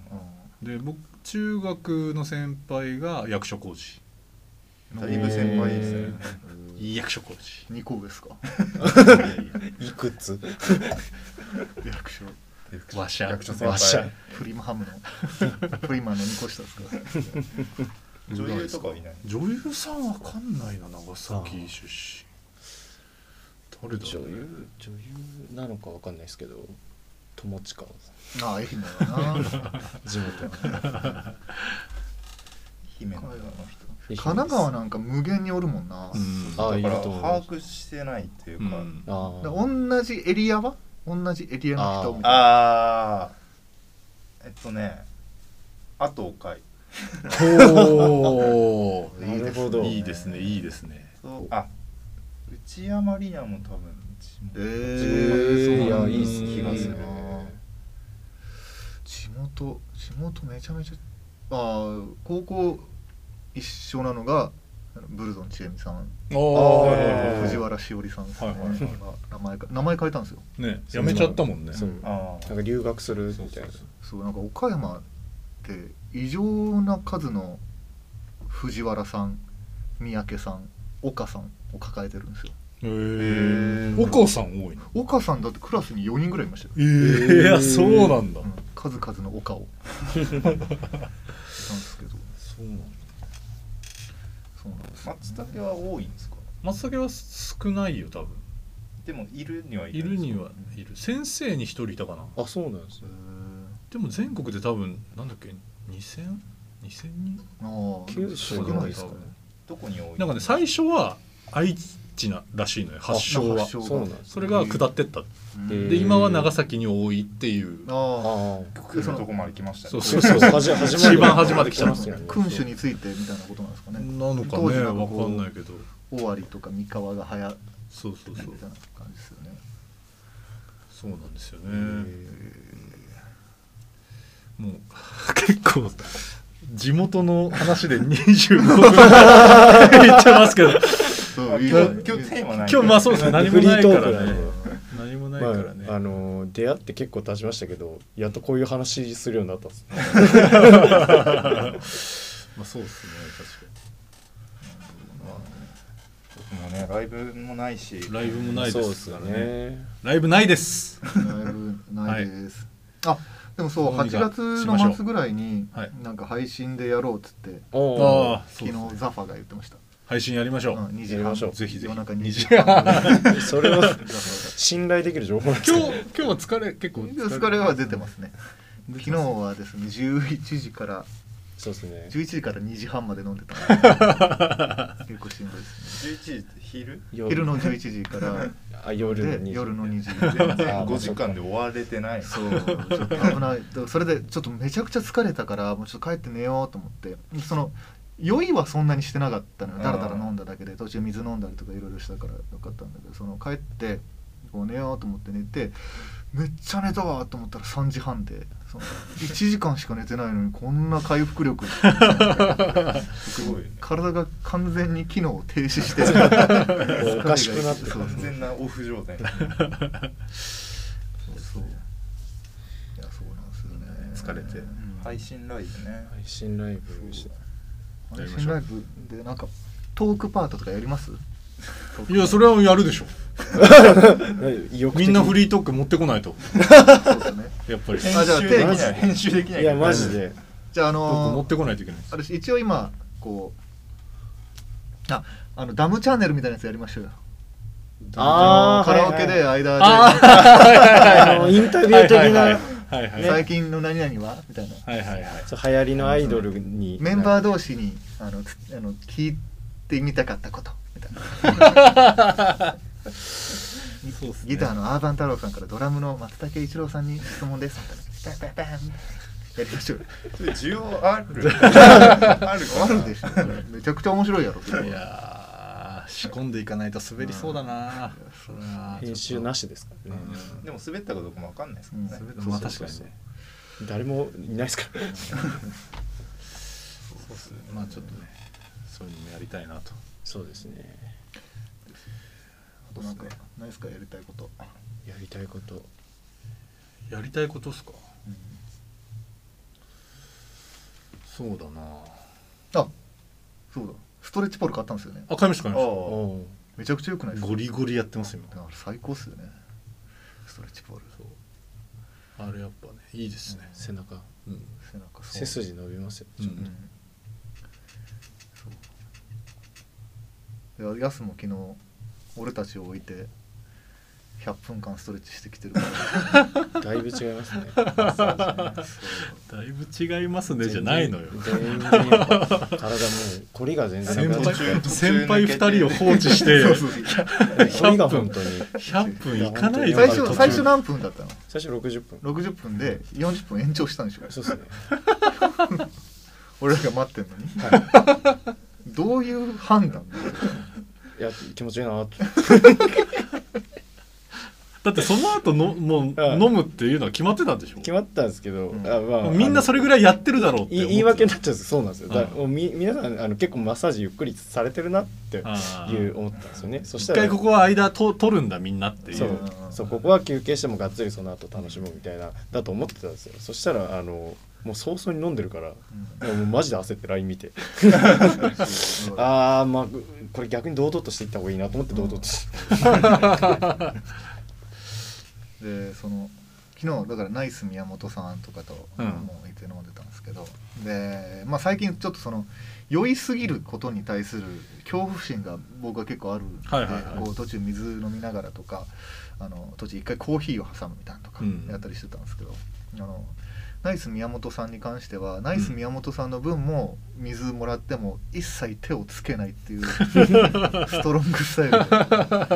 A: で僕中学の先輩が役所広司
C: だいぶ先輩ですね
A: 役所広司
B: うん、2個上 ですか
E: いくつ
B: 役所
A: わしゃ
C: 役所先
E: わっしゃ
C: 輩
B: プリマハム のプリマの2個下ですか
C: 女優とかはいない
A: 女優さんわかんないな長崎出身誰だ
E: 女
A: ろうね
E: 優女優なのかわかんないですけど友近
B: ああ愛媛だ な
E: 地元
C: 姫野の人
B: 神
E: 神
B: 奈川なんか無限におるもんな、
A: うん
E: ああい
C: だ
E: る
C: から
E: と思いま
C: 把
E: す
C: 握してないっていう
A: う
C: か、
A: ん
E: あ
B: だ
E: あ
B: 同じエリアは同じエリアの人みたいな
C: ああえっとねあとおかい
A: おお
E: なるほど
A: いいですねいいですね
C: とあ内山里奈も多分地元
B: え
E: えー、
B: え
E: いやいいっす
A: うん
E: 気がする
B: 地元地元めちゃめちゃああ高校一緒なのがあのブルゾンちえみさん
A: あ
E: えー
B: 藤原しおりさんですね、
A: はいはいはい
B: 名前か名前変えたんですよ
A: あねやめちゃったもんね
E: そう
C: あ
E: なんか留学するみたいな
B: そうなんか岡山って異常な数の藤原さん三宅さん岡さんを抱えてるんですよ
A: へえお母さん多いね
B: 岡さんだってクラスに4人ぐらいいましたよ、
A: えー、いやそうなんだ
B: うん、数々の岡をなんですけ
A: そ
B: ど
A: うなんだ
B: そうなんです
C: あ
B: よ
C: 松茸は多いんですか
A: 松茸は少ないよ多分
C: でもいるにはい
A: い
C: るん
A: る
C: ですか
A: にはいる先生に一人いたかな
E: あそうなんです
B: へ
E: ね
A: でも全国で多分なんだっけ 2000?2000 人
B: ーああ
E: 九州
B: 少
E: が
B: な
E: 多
B: いで
E: いです
B: す
E: かね
C: どこに多い
A: なんかね最初は愛知ならしいのよ発祥は
B: 発祥
E: そうなんです
A: それが下ってった
B: う
E: へ
B: ん
E: ー
A: で今は長崎に多いっていう
B: ああ
E: ああ
C: 来るとこまで来ました
A: そう
C: ね
A: そうそう
E: はじ始まる
A: 一番端まで来たんですよ
B: 君主についてみたいなことなんですか
A: な
B: ね
A: のか
B: 当
A: ね
B: 時なん
A: わ
B: かこう
A: かんないけど
B: 尾張とか三河が早い
A: そうそう
B: みた
A: そ
B: いうな感じですよね
A: そうなんですよねもう結構地元の話 で25分言っちゃい ますけど
B: そういい
C: 今
B: よ
C: 日今日テーマない
A: 今日まあそうですね何も
E: フリ
A: な
E: ー
A: い
E: ト
A: か
E: ー
A: ら
E: クな
A: ね
E: んで
A: 何もないか
E: ま
A: らね、
E: あ、あの出会って結構経ちましたけどやっとこういう話するようになったんです
A: まあ、そうですね確か
E: ね
C: もうねライブもないし
A: にライブもない
E: そう
A: で
E: ですす
A: か
E: よ
A: らね
E: ね
A: ライブないです
B: ライブないです、あでもそう
A: どうに
B: 8
A: か
B: 月
A: しましょ
B: の
A: う
B: 末ぐらいに
A: はい
B: なんか配信でやろうっつって、
E: お
A: ああそう
B: 昨
A: ですね
B: 日ザファが言ってました、
A: 配信やりましょう、
B: うん、2時
E: やり
B: 半
E: ましょう
A: ぜひぜひ
B: 夜中2時半
E: あそれは 信頼できる情報なんです
A: 今
E: か
A: 日今日は疲れ結構疲れ
B: 疲れは出てますね昨日はですね11時から
E: そうですね
B: 11時から2時半まで飲んでたので結構しんどいですね
C: 11時って昼
B: 昼の11時から
E: あ夜の
B: で
E: 2
B: 夜の2時
C: 全然
E: あー
C: 5時間で終われてない
B: そうちょっと危ないだそれでちょっとめちゃくちゃ疲れたからもうちょっと帰って寝ようと思ってその酔いはそんなにしてなかったのよだらだら飲んだだけで途中水飲んだりとかいろいろしたからよかったんだけどその帰ってこう寝ようと思って寝てめっちゃ寝たわと思ったら3時半でその1時間しか寝てないのにこんな回復力
C: すごいね
B: 体が完全に機能を停止して
E: もう おかしくなってる
B: そう
C: 完全なオフ状態
B: そういやそうなんですよね
A: 疲れて
C: 配信ライブね
E: 配信ライブして
A: や
B: 配
A: りまし
B: 信
A: ょう
B: ライブでなんかトークパートとかやります
A: いやそれはやるでしょみんなフ
E: リ
A: リートーク持ってこないと
B: そうですね
A: やっぱり
C: 編
B: あじゃあ
C: 集でき
B: テーマ
C: ない編集できないい
E: やマジで
B: じゃああ
A: 持っ
B: の
A: てこないといけないです
B: ー、私一応今こうああのダムチャンネルみたいなやつやりましょうよ
E: あー
B: カラオケ
E: はい
B: で間で、
E: あのインタビュー的
A: はい
E: な
A: はいはいはい
B: 最近の何々はみたいな
A: はいはいはい
E: そう流行りのアイドルに
B: メンバー同士にあのつあの聞いてみたかったことみたいな
A: そうですね
B: ギターのアーバン太郎さんからドラムの松竹一郎さんに質問ですみたいなパンパンパンやりましょうよ
C: それ需要 あるある
B: あるでしょめちゃくちゃ面白いやろそれはい
A: やー仕込んでいかないと滑りそうだなそれは
E: 編集なしですからね
C: でも滑ったかどうかもわかんないですからね、
B: うん
A: まあ確かにね
E: 誰もいないですからね
A: そうっすねまあちょっとねそういうのもやりたいなと
E: そうですね
B: あとなんかないですかやりたいこと
E: やりたいこと
A: やりたいことっすかそうだな
B: あそうだストレッチポール買ったんですよね
A: あ買いました買いまし
C: あ
E: おお
B: めちゃくちゃ良くないで
A: た
B: す
A: ゴ
B: か
A: リゴリやってます今
B: だから最高っすよねストレッチポール
A: あれやっぱねいいですね
E: 背中
A: うん
B: 背中そう
E: 背筋伸びますよちょっと
B: うんそういやヤスも昨日俺たちを置いて100分間ストレッチしてきてるから
E: だいぶ違いますね
A: だいぶ違いますねじゃないのよ
E: 全然全然やっぱ体もうコリが全然
A: 先
E: なくなっちゃ
A: 輩
C: 途中
A: 先輩2人を放置して
E: うコリが本当に
A: 100分いかない
E: いや
B: 最
E: や
B: 初
E: 途中
B: 最初何分だったの
E: 最初60分
B: ?60 分で40分延長したんでしょ
E: そうですね
B: 俺らが待ってんのに どういう判断
E: いや気持ちいいなって
A: だってその後のもう
E: はい
A: 飲むっていうのは決まってたんでしょ
E: 決まったんですけど、
B: ん
E: あまあ、
A: みんなそれぐらいやってるだろうって
E: い
A: 思って
E: 言い訳になっちゃうんですそうなんですよだから
A: うん
E: もうみ皆さんあの結構マッサージゆっくりされてるなってい
A: あー
E: う思ったんですよねそした
A: 一
E: ら
A: 回ここは間と取るんだみんなってい
E: そううそうここは休憩してもがっつりその後楽しむみたいなだと思ってたんですよそしたらあのもう早々に飲んでるから、もうマジで焦って LINE 見て ああまあぐこれ逆に堂々としていった方がいいなと思って堂々として、
B: でその昨日だからナイス宮本さんとかと
A: うん
B: もういて飲んでたんですけど、で、まあ、最近ちょっとその酔いすぎることに対する恐怖心が僕は結構あるんで、
A: はいはいはい
B: こう途中水飲みながらとかあの途中一回コーヒーを挟むみたいなとか
A: うん
B: やったりしてたんですけど、あのナイス宮本さんに関してはナイス宮本さんの分も水もらっても一切手をつけないってい うストロングスタイルでめちゃく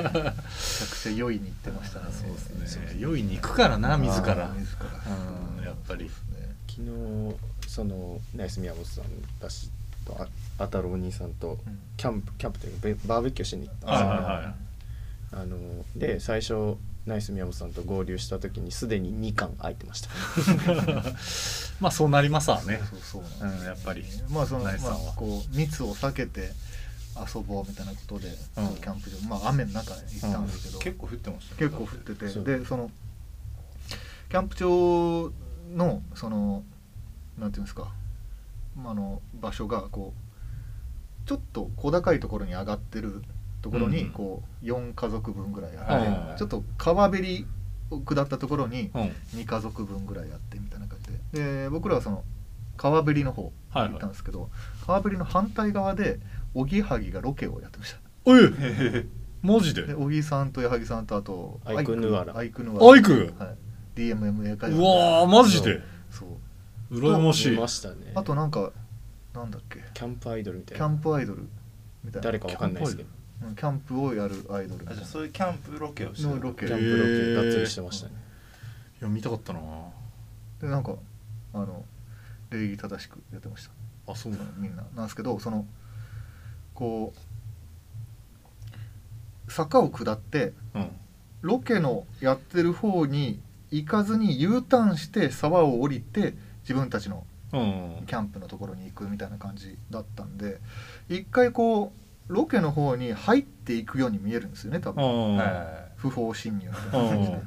B: ちゃ酔いに行ってましたね。
A: そうですね酔いに行くからな自ら
B: あー自
A: うんやっぱり
B: そうですね
E: 昨日そのナイス宮本さんだしとああたるお兄さんと
B: うん
E: キャンプキャンプというかベバーベキューしに行ったんで
A: はい
E: すよ、
A: はいはい
E: あので最初ナイス宮本さんと合流した時にすでに2巻空いてました
A: まあそうなりますわね
B: そうそう
A: う
B: なん
A: んやっぱり
B: ですまあそのま
A: ナイスさん
B: あ
A: は
B: こう密を避けて遊ぼうみたいなことで、
A: うん
B: キャンプ場まあ雨の中へ行ったんですけど、
C: 結構降ってましたね
B: 結構降ってて
E: そう
B: でそのキャンプ場のそのなんていうんですか、まあ、あの場所がこうちょっと小高いところに上がってるところ
A: うんう
B: に
A: ん
B: こう4家族分ぐらい
A: はいはい
B: あ
A: は
B: っ
A: い
B: てちょっと川べりを下ったところに
A: うんはい
B: 2家族分ぐらいあってみたいな感じでで僕らはその川べりの方
A: はいはい
B: 行ったんですけど、川べりの反対側でおぎはぎがロケをやってました
A: おいマジで
B: で小木さんと矢作さんとあと
E: アイクヌアラ
B: アイクヌアラ
A: アイク
B: はい、DMM 英会話
A: うわーマジで
B: そう
A: 羨まし
E: 見
A: い
E: ましたね
B: あとなんかなんだっけ
E: キャンプアイドルみた
B: キ
E: い
B: ャ
E: な
B: ンプアイドルみたいな
E: 誰かわかんないですけど
B: うんキャンプをやるアイドルみたい
C: あ
B: な
C: じゃあそういうキャンプロケをして
B: のロケ
E: キ
B: キャン
E: ャン
B: プ
E: プ
A: へー
E: ロケがっつりしてましたね
A: いや見たかったな
B: でなんかあの礼儀正しくやってました
A: あそう
B: そのみんななんですけどそのこう坂を下って
A: うん
B: ロケのやってる方に行かずに U ターンして沢を降りて自分たちの
A: うん
B: キャンプのところに行くみたいな感じだったんで一回こうロケの方に入っていくように見えるんですよね多
A: う
B: 分
A: ん
C: は
B: 不法侵入みたいな感 じ
A: う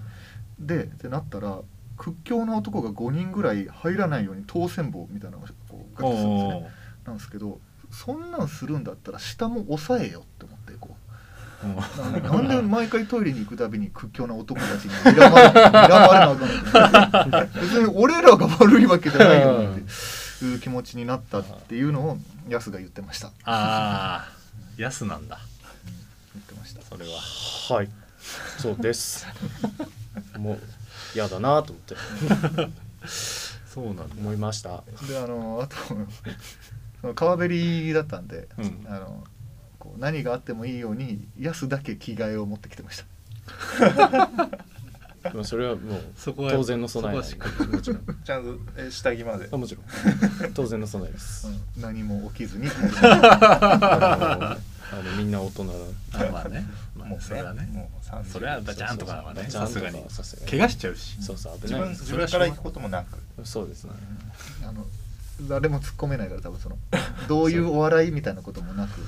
B: で
A: ん。
B: でってなったら屈強な男が5人ぐらい入らないように当選棒みたいなのをこうガッてするんですよねなんですけどそんなんするんだったら下も押さえよって思ってこうなんでなんで毎回トイレに行くたびに屈強な男たちに睨まれ睨まれなあかんのって別に俺らが悪いわけじゃないよなっていう気持ちになったっていうのをヤスが言ってました
A: ああ安なんだ
B: 言ってました
A: それは
E: はいそうです もう嫌だなと思って
A: そうなんだ
E: 思いました
B: であのあとその川べりだったんで、
A: うん
B: あのこう何があってもいいようにヤスだけ着替えを持ってきてました
E: まあそれはもう
A: そこは
E: 当然の備えなんで
A: そこ
E: もちろん
C: いちゃんとえ下着まで
E: あもちろん当然の備えで す
B: うん何も起きずに
E: あのあのみんな大人だ
A: まあねまあ
C: もう
A: それはね
C: もう30
A: それはバチャンとかはね
E: そうそう
A: さすがに
E: さすがに
A: 怪我しちゃうし
E: そうそう
C: 自
E: 危ない
C: 分自分から行くこともなく
E: そうですね
B: あの誰も突っ込めないから多分その どういうお笑いみたいなこともなく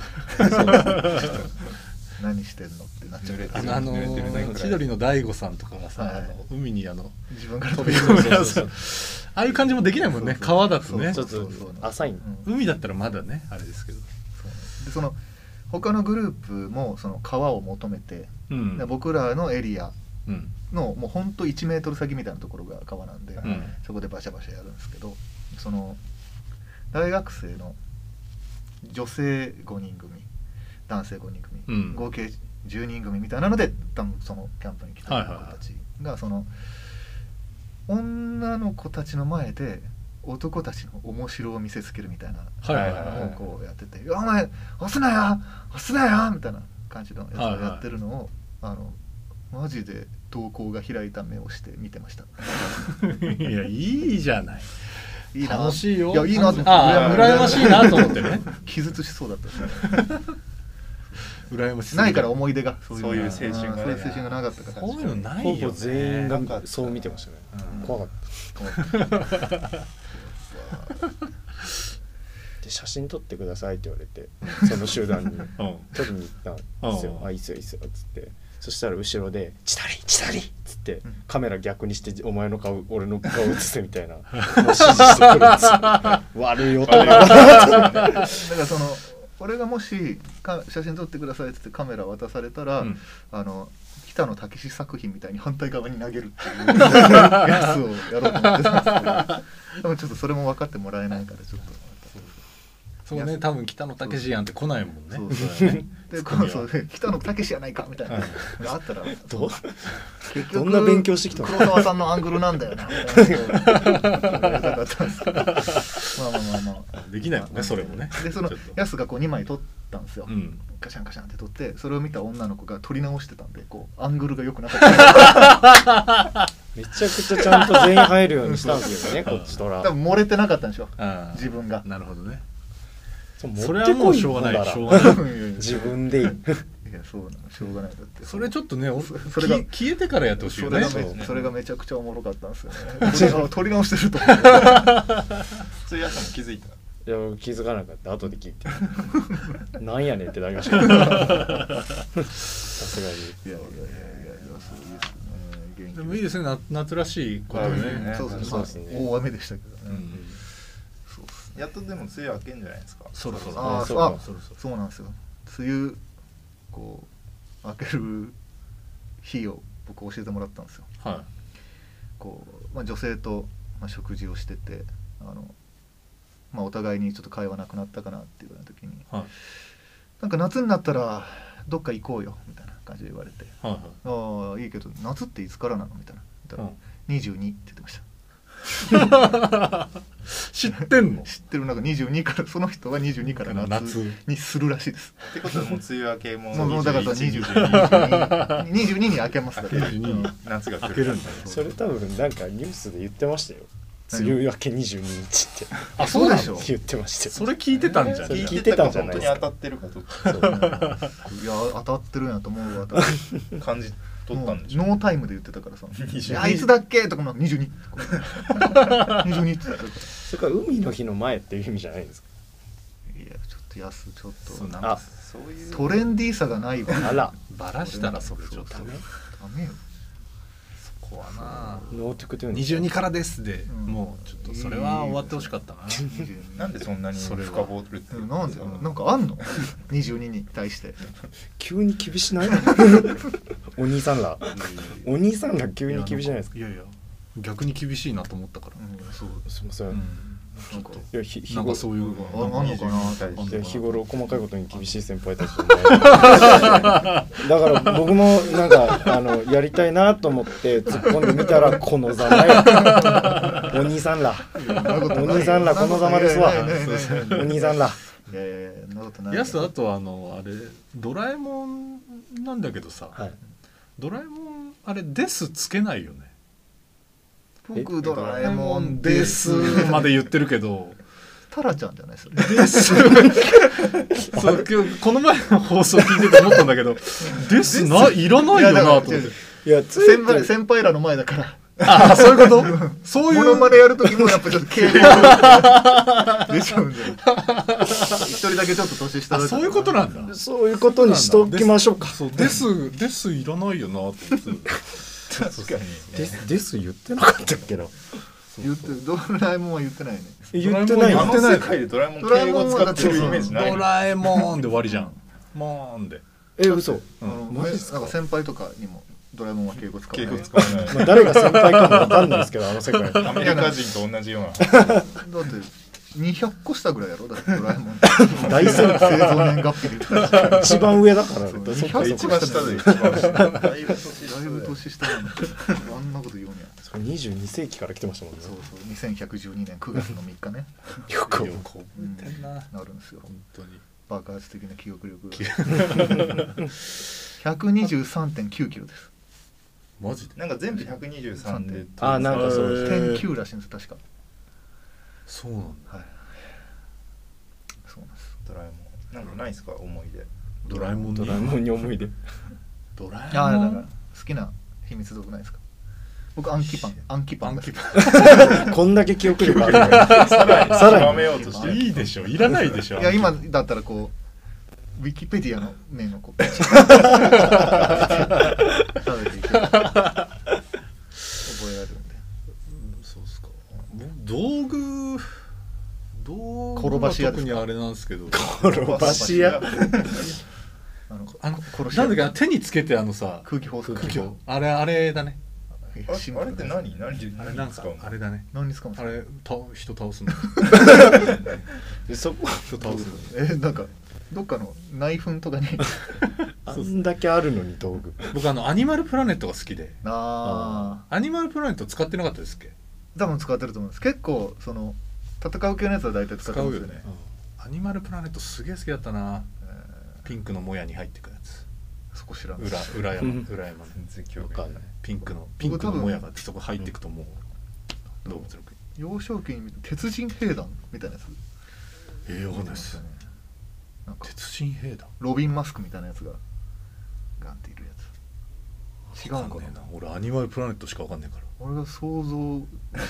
B: 何してんのってなっちゃう
C: 濡れて
A: あ
C: る
A: のあの
C: 濡れてるねぐらい
A: 千鳥の大悟さんとかがさ、
B: はい
A: あの海にあの
B: 自分か ら
A: 飛
B: 飛
A: び
B: び
A: 込
B: 込
A: む
B: む
A: やつああいう感じもできないもんね
B: そうそう
A: 川だとね
E: ちょっ
B: そ
E: と
B: うそう
E: 浅いん
A: 海だったらまだねあれですけど、
B: でその他のグループもその川を求めて、
A: うん
B: で僕らのエリア
A: うん
B: のもうほんと1メートル先みたいなところが川なんで、
A: うん
B: そこでバシャバシャやるんですけどその大学生の女性5人組男性5人組、
A: うん
B: 合計10人組みたいなので多分そのキャンプに来た子たちがその女の子たちの前で男たちの面白を見せつけるみたいな
A: はいはいはい
B: 方向をやってて「いやお前押すなよ押すなよ!」みたいな感じのやつをやってるのを、あのマジで瞳孔が開いた目をして見てました。
A: いやいいじゃない
B: いいな
A: 楽しいよ
B: いやいいなと思って
A: ああ羨ましいなと思 ってね
B: 気絶しそうだったですね
A: 羨ましすぎる
B: ないから思い出がそう
C: そういう青春がね
B: うんそういう青春がなかったから
A: そういうのないよ、
E: ほ
A: ね、
E: ぼ全員
A: なんか
E: がそう見てましたね怖かったで写真撮ってくださいって言われてその集団に
A: うん
E: 撮りに行ったんですよ
A: う
E: 「
A: ん
E: あいいっすよいいっすよ」っつってそしたら後ろで「チタリチタリ」っつってカメラ逆にして「お前の顔俺の顔映せ」みた いなもう指示してくるんですよ悪い男だ
B: だからその俺がもしか写真撮ってくださいっつってカメラ渡されたら、
A: うん
B: あの北野武作品みたいに反対側に投げるっていう やつをやろうと思ってたんですけどでもちょっとそれも分かってもらえないからちょっと。
A: そうね多分北野武やんって来ないもんね
B: そう
A: そうだよね
B: で
A: ツッコミ
B: こ
A: は
B: うそう北野武やないかみたいなのがあったら
E: どう
B: 結
E: どんな勉強してきたの
B: 黒沢さんのアングルなんだよなみたいなことをやりたかったんですけどまあまあまあまあ
A: できないもんねそれもね
B: でその
A: ちょっと
B: ヤスがこう2枚撮ったんですよ、
A: うん
B: カシャンカシャンって撮ってそれを見た女の子が撮り直してたんでこうアングルが良くなかった
E: めちゃくちゃちゃんと全員 入るようにしたんですけどねこっちとら
B: 多分漏れてなかったんでしょ
A: ああ
B: 自分が
A: なるほどねそれはもうしょうがないしょうがない
B: いやいや
E: 自分でいい
B: いやそうなのしょうがないだっ て
A: それちょっとねお
B: そそれが
A: 消え消えてからやってほしい
B: そ
A: よ
B: れ
A: ね
B: が
E: そう
B: めそれがめちゃくちゃおもろかった んですよね撮りあ撮り直してると思
C: それやさんも気づいた
E: いや気づかなかった後で聞いて なんやねんってなりましたけどさすがに
B: ういやいやいやいやいやそういいですね元気
A: でもいいですねな夏らしいことね
B: そうですね
E: そうです
B: ま
E: ね
B: あ大雨でしたけど
A: う
B: ね
A: ん
B: そうっすね
C: やっとでも梅雨明けんじゃないですか
A: そろそろ
B: あー
E: そ
B: そうう
E: か
B: あ
A: そろそろ
B: そうなんですよ梅雨こう開ける日を僕教えてもらったんですよ
A: は
B: こう、まあ、女性と、まあ、食事をしててあの、まあ、お互いにちょっと会話なくなったかなっていうような時に
A: いはい
B: なんか夏になったらどっか行こうよみたいな感じで言われて
A: はいはい
B: 「ああいいけど夏っていつからなの?」みたいな言ったら「22」って言ってました
A: 知ってんの
B: 知ってるなんか22からその人は22から夏
A: 夏
B: にするらしいです
C: ってことはもう梅雨明けも
B: もうもうだから
C: 21
B: 2022 22に開けますだから
A: 22に
C: 夏が来る
A: 開けるんだ
E: それ多分なんかニュースで言ってましたよ
B: 何
E: 梅雨明け22日って
B: あそうでしょ
E: 言ってましたよ
A: それ聞いてたんじゃん
E: それ
C: 聞
E: 聞
C: い
E: い
C: てた
E: てた
C: か
E: んじゃ
C: 本
E: な
C: 当に
E: いですか
C: 当たってるかどうか
E: そう
B: いや当たってるんやと思うわ多分
C: 感じ取ったんでしょ
B: もうノータイムで言ってたからさ「
C: 22
B: いやいつだっけ?」とかもなんか22とか22って言ってたから
E: それから海の日の前っていう意味じゃないんですか
B: いやちょっと安ちょっ
A: そうな
B: と
A: んか
E: あ
C: そういう
B: トレンディーさがないわ
E: あら
A: バラしたらそれちょっと
B: そう
A: ね
B: ダメよ
A: 怖いな
E: ノーテクトゥーン
A: 22からですで、
B: ん
A: もうちょっとそれは終わってほしか ったな、
B: 22
C: なんでそんなに
A: それは
C: 深掘るっていう
B: なんでなんかあんの22に対して
E: 急に厳し ないお兄さんらお兄さんら急に厳しいじゃないですか
A: いやいや逆に厳しいなと思ったから、
B: うんそう
E: すみません、
A: う
E: い
A: ん
B: なんか
E: やひ日
A: なん
E: 頃
A: かそういう
B: ああんのかなって
E: いや日頃細かいことに厳しい先輩たちだから僕もなんかあのやりたいなと思って突っ込んでみたらこのざまよお兄さんらお兄さんらこのざまですわ
B: ないないないない
E: お兄さんら
B: いやいやいやそんなことない
A: やすあとあのあれドラえもんなんだけどさ、
E: はい
A: ドラえもんあれ「です」つけないよね
B: 僕ド
A: 「
B: ラえもん
A: で
B: ですす」
A: まで言ってるけど
B: タラちゃんじゃないそ
A: 「
B: れ
A: です」そう今日この前の放送聞いてて思ったんだけど「です」ないらないよなと思っ
B: いやだから違
A: て
B: う
E: いやつい
B: 先輩先輩らの前だから
A: ああそういうことそうい
B: モノ
A: う
B: マネやるときもやっぱちょっと敬語出ちゃうんだよ一人だけちょっと年下だ
A: あ
B: から
A: そういうことなんだ
E: そういうことにしておきましょうか
A: そうですですいらないよなと 思って
C: 確かに
E: ですです言ってなかったっけな
B: 言ってドラえもんは言ってないね
E: 言ってな
A: ドラ
E: い
A: え
C: あ
A: もん言って
C: の
A: ない
C: 世界でドラえもん敬語使ってるイメージない
A: ドラえもんで終わりじゃん。もんで。
E: え嘘
B: あの
E: マジっす
B: な
E: か
B: んか先輩とかにもドラえもんは敬語使わ
C: 敬
B: ない
C: 語使わない
E: まあ誰が先輩かもわかんないですけどあの世界
C: アメリカ人と同じような
B: だって200個下ぐらいやろだってドラえ もん
E: 大先輩
B: 生存年月日で言ったらだ
E: 一番上だから
B: そう
E: そっかそっ
C: 一
E: か
C: 番下で一番下だいぶ年
B: いぶ
C: 下
B: 年下なんだ あんなこと言うんや
E: そう22世紀から来てましたもんね
B: そうそう2112年9月の3日ね
E: よく
A: よく覚えてんな。
B: なるんですよ
A: 本当に。
B: 爆発的な記憶力123.9キロです
A: マジで。
C: なんか全部123で
E: あなんかそうです
B: 点9らしいんです確か
A: そうなんだ。
B: そうなんです
C: ドラえもんなんかないですか思い出
A: ドラえもんに。
E: ドラえもんに思い出
A: ドラえ
B: ああ
A: も
B: だ
A: ん
B: から好きな秘密道具ないですか僕アンキパンアンキパンが好き
E: こんだけ記憶力あるから
C: さらに
E: さらに
C: 極めようとしてる
A: いいでしょ。いらないでしょ。
B: いや今だったらこうウィキペディアの面をこ う食 べていく覚えられるんで
A: そうっすか。道具。道具。
B: 転ばし屋です
A: 特
B: か
A: にあれなんですけど。
E: 転ばし屋
B: あの
A: あの、
B: 殺し
A: な
B: 屋
A: んだっけな、手につけてあのさ。
B: 空気放送
A: 空気を。あれ、あれだね。
B: い
C: あ
B: やシンプ
C: あれ
B: ル
C: っ
B: で
C: て
B: す
C: 何何
A: あれ、
C: 何
A: なん
C: です
A: か
C: か、
A: あれだね。
B: 何に使うんです
A: あ
B: か
A: れ、た、人倒すの。
E: そこ
A: 人倒すの。
B: えなんかどっかの内紛とかに
E: あんだけあるのに道具
A: 僕、あの、アニマルプラネットが好きで。
B: ああ
A: アニマルプラネット使ってなかったですっけ。
B: 多分使ってると思うんです結構その戦う系のやつは大体使ってますよね
A: アニマルプラネットすげえ好きだったなピンクのもやに入ってくやつ
B: そこ知らん
A: 裏裏
E: うん
A: 山裏山の
C: 全然興
E: わ
C: 味
E: か
C: ない
E: んない
A: ピンクのピンクのもやがあってそこ入っていくともう動物の国
B: 幼少期に見た鉄人兵団みたいなやつ
A: ええわかんないです
B: ねなんか
A: 鉄人兵団
B: ロビン・マスクみたいなやつがガンっているやつ違う
A: わ
B: ん
A: か
B: か
A: んねえ
B: な
A: な俺アニマルプラネットしかわかんねえから
B: 俺が想像し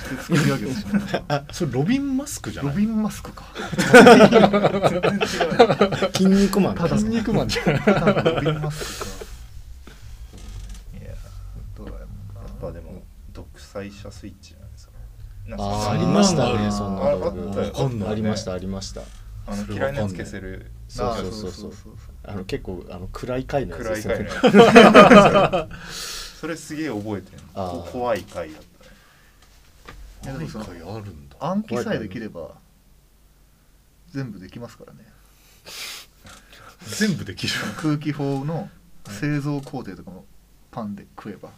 B: て作り上げてしまった
A: それロビン・マスクじゃ
B: ロ
A: ない
B: ビン・マスクか
E: 筋肉マン
B: ただの
E: 肉マンじ ゃん
B: ただのロビン・マスクかいやードラえもんな
C: やっぱでも独裁者スイッチじゃないですかなんか
E: あー
A: あ
E: あ
A: り
E: り
A: ま
E: ま
A: し
E: したた
A: ね
E: ねそんな
C: ああったよ
A: わかんない
E: ありましたありました
C: あ
A: そ
C: の
A: れ
C: 嫌いな
A: わ
C: や
A: か
C: つ
A: んない
C: 消せる
E: そうそ
B: そ
E: うそうう
B: そ
E: そうう
B: そう
E: あの結構あの暗い回のやつ
C: 暗
E: で
C: い
E: すよ
C: 回
E: ね
C: のや つそれすげえ覚えてる
E: あー
C: 怖い回だったね
B: やでもその
A: 何回あるんだ
B: 暗記さえできれば全部できますからね
A: 全部できる
B: 空気砲の製造工程とかもパンで食えば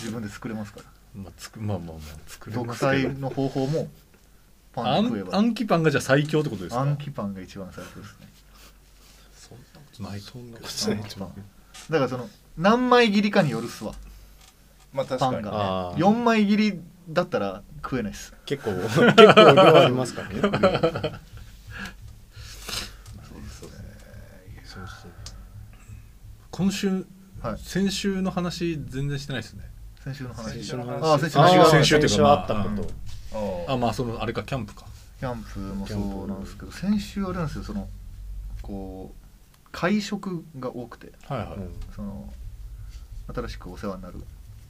B: 自分で作れますから
A: まあつくまあまあまあ作れま
B: 独
A: すけ
B: 裁
A: ど
B: の方法もパ
A: あ
B: ンで食え
A: ん
B: ば
A: 暗記パンがじゃあ最強ってことですか
B: 暗記パンが一番最初ですね
A: そんなことないと思うけど
E: そん
B: 暗
E: なこ
B: 記パンだからその何枚切りかによるっすわ
C: まあ確
B: パ
C: か
B: ンが
C: にね
E: あー
B: 4枚切りだったら食えないっす
E: 結構 結構量ありますからね
A: そうそう今週、
B: はい
A: 先週の話全然してないですね
B: 先週の話
C: 先週の話
B: ああ先週の
E: あ
B: 話
E: ー
A: 先週っていうか
E: 先週あったこと、
C: あ
A: あまあそのあれかキャンプか
B: キャンプもそうなんですけど先週あれなんですよそのこう会食が多くて
A: はいはい、
E: うん
B: その新しくお世話になる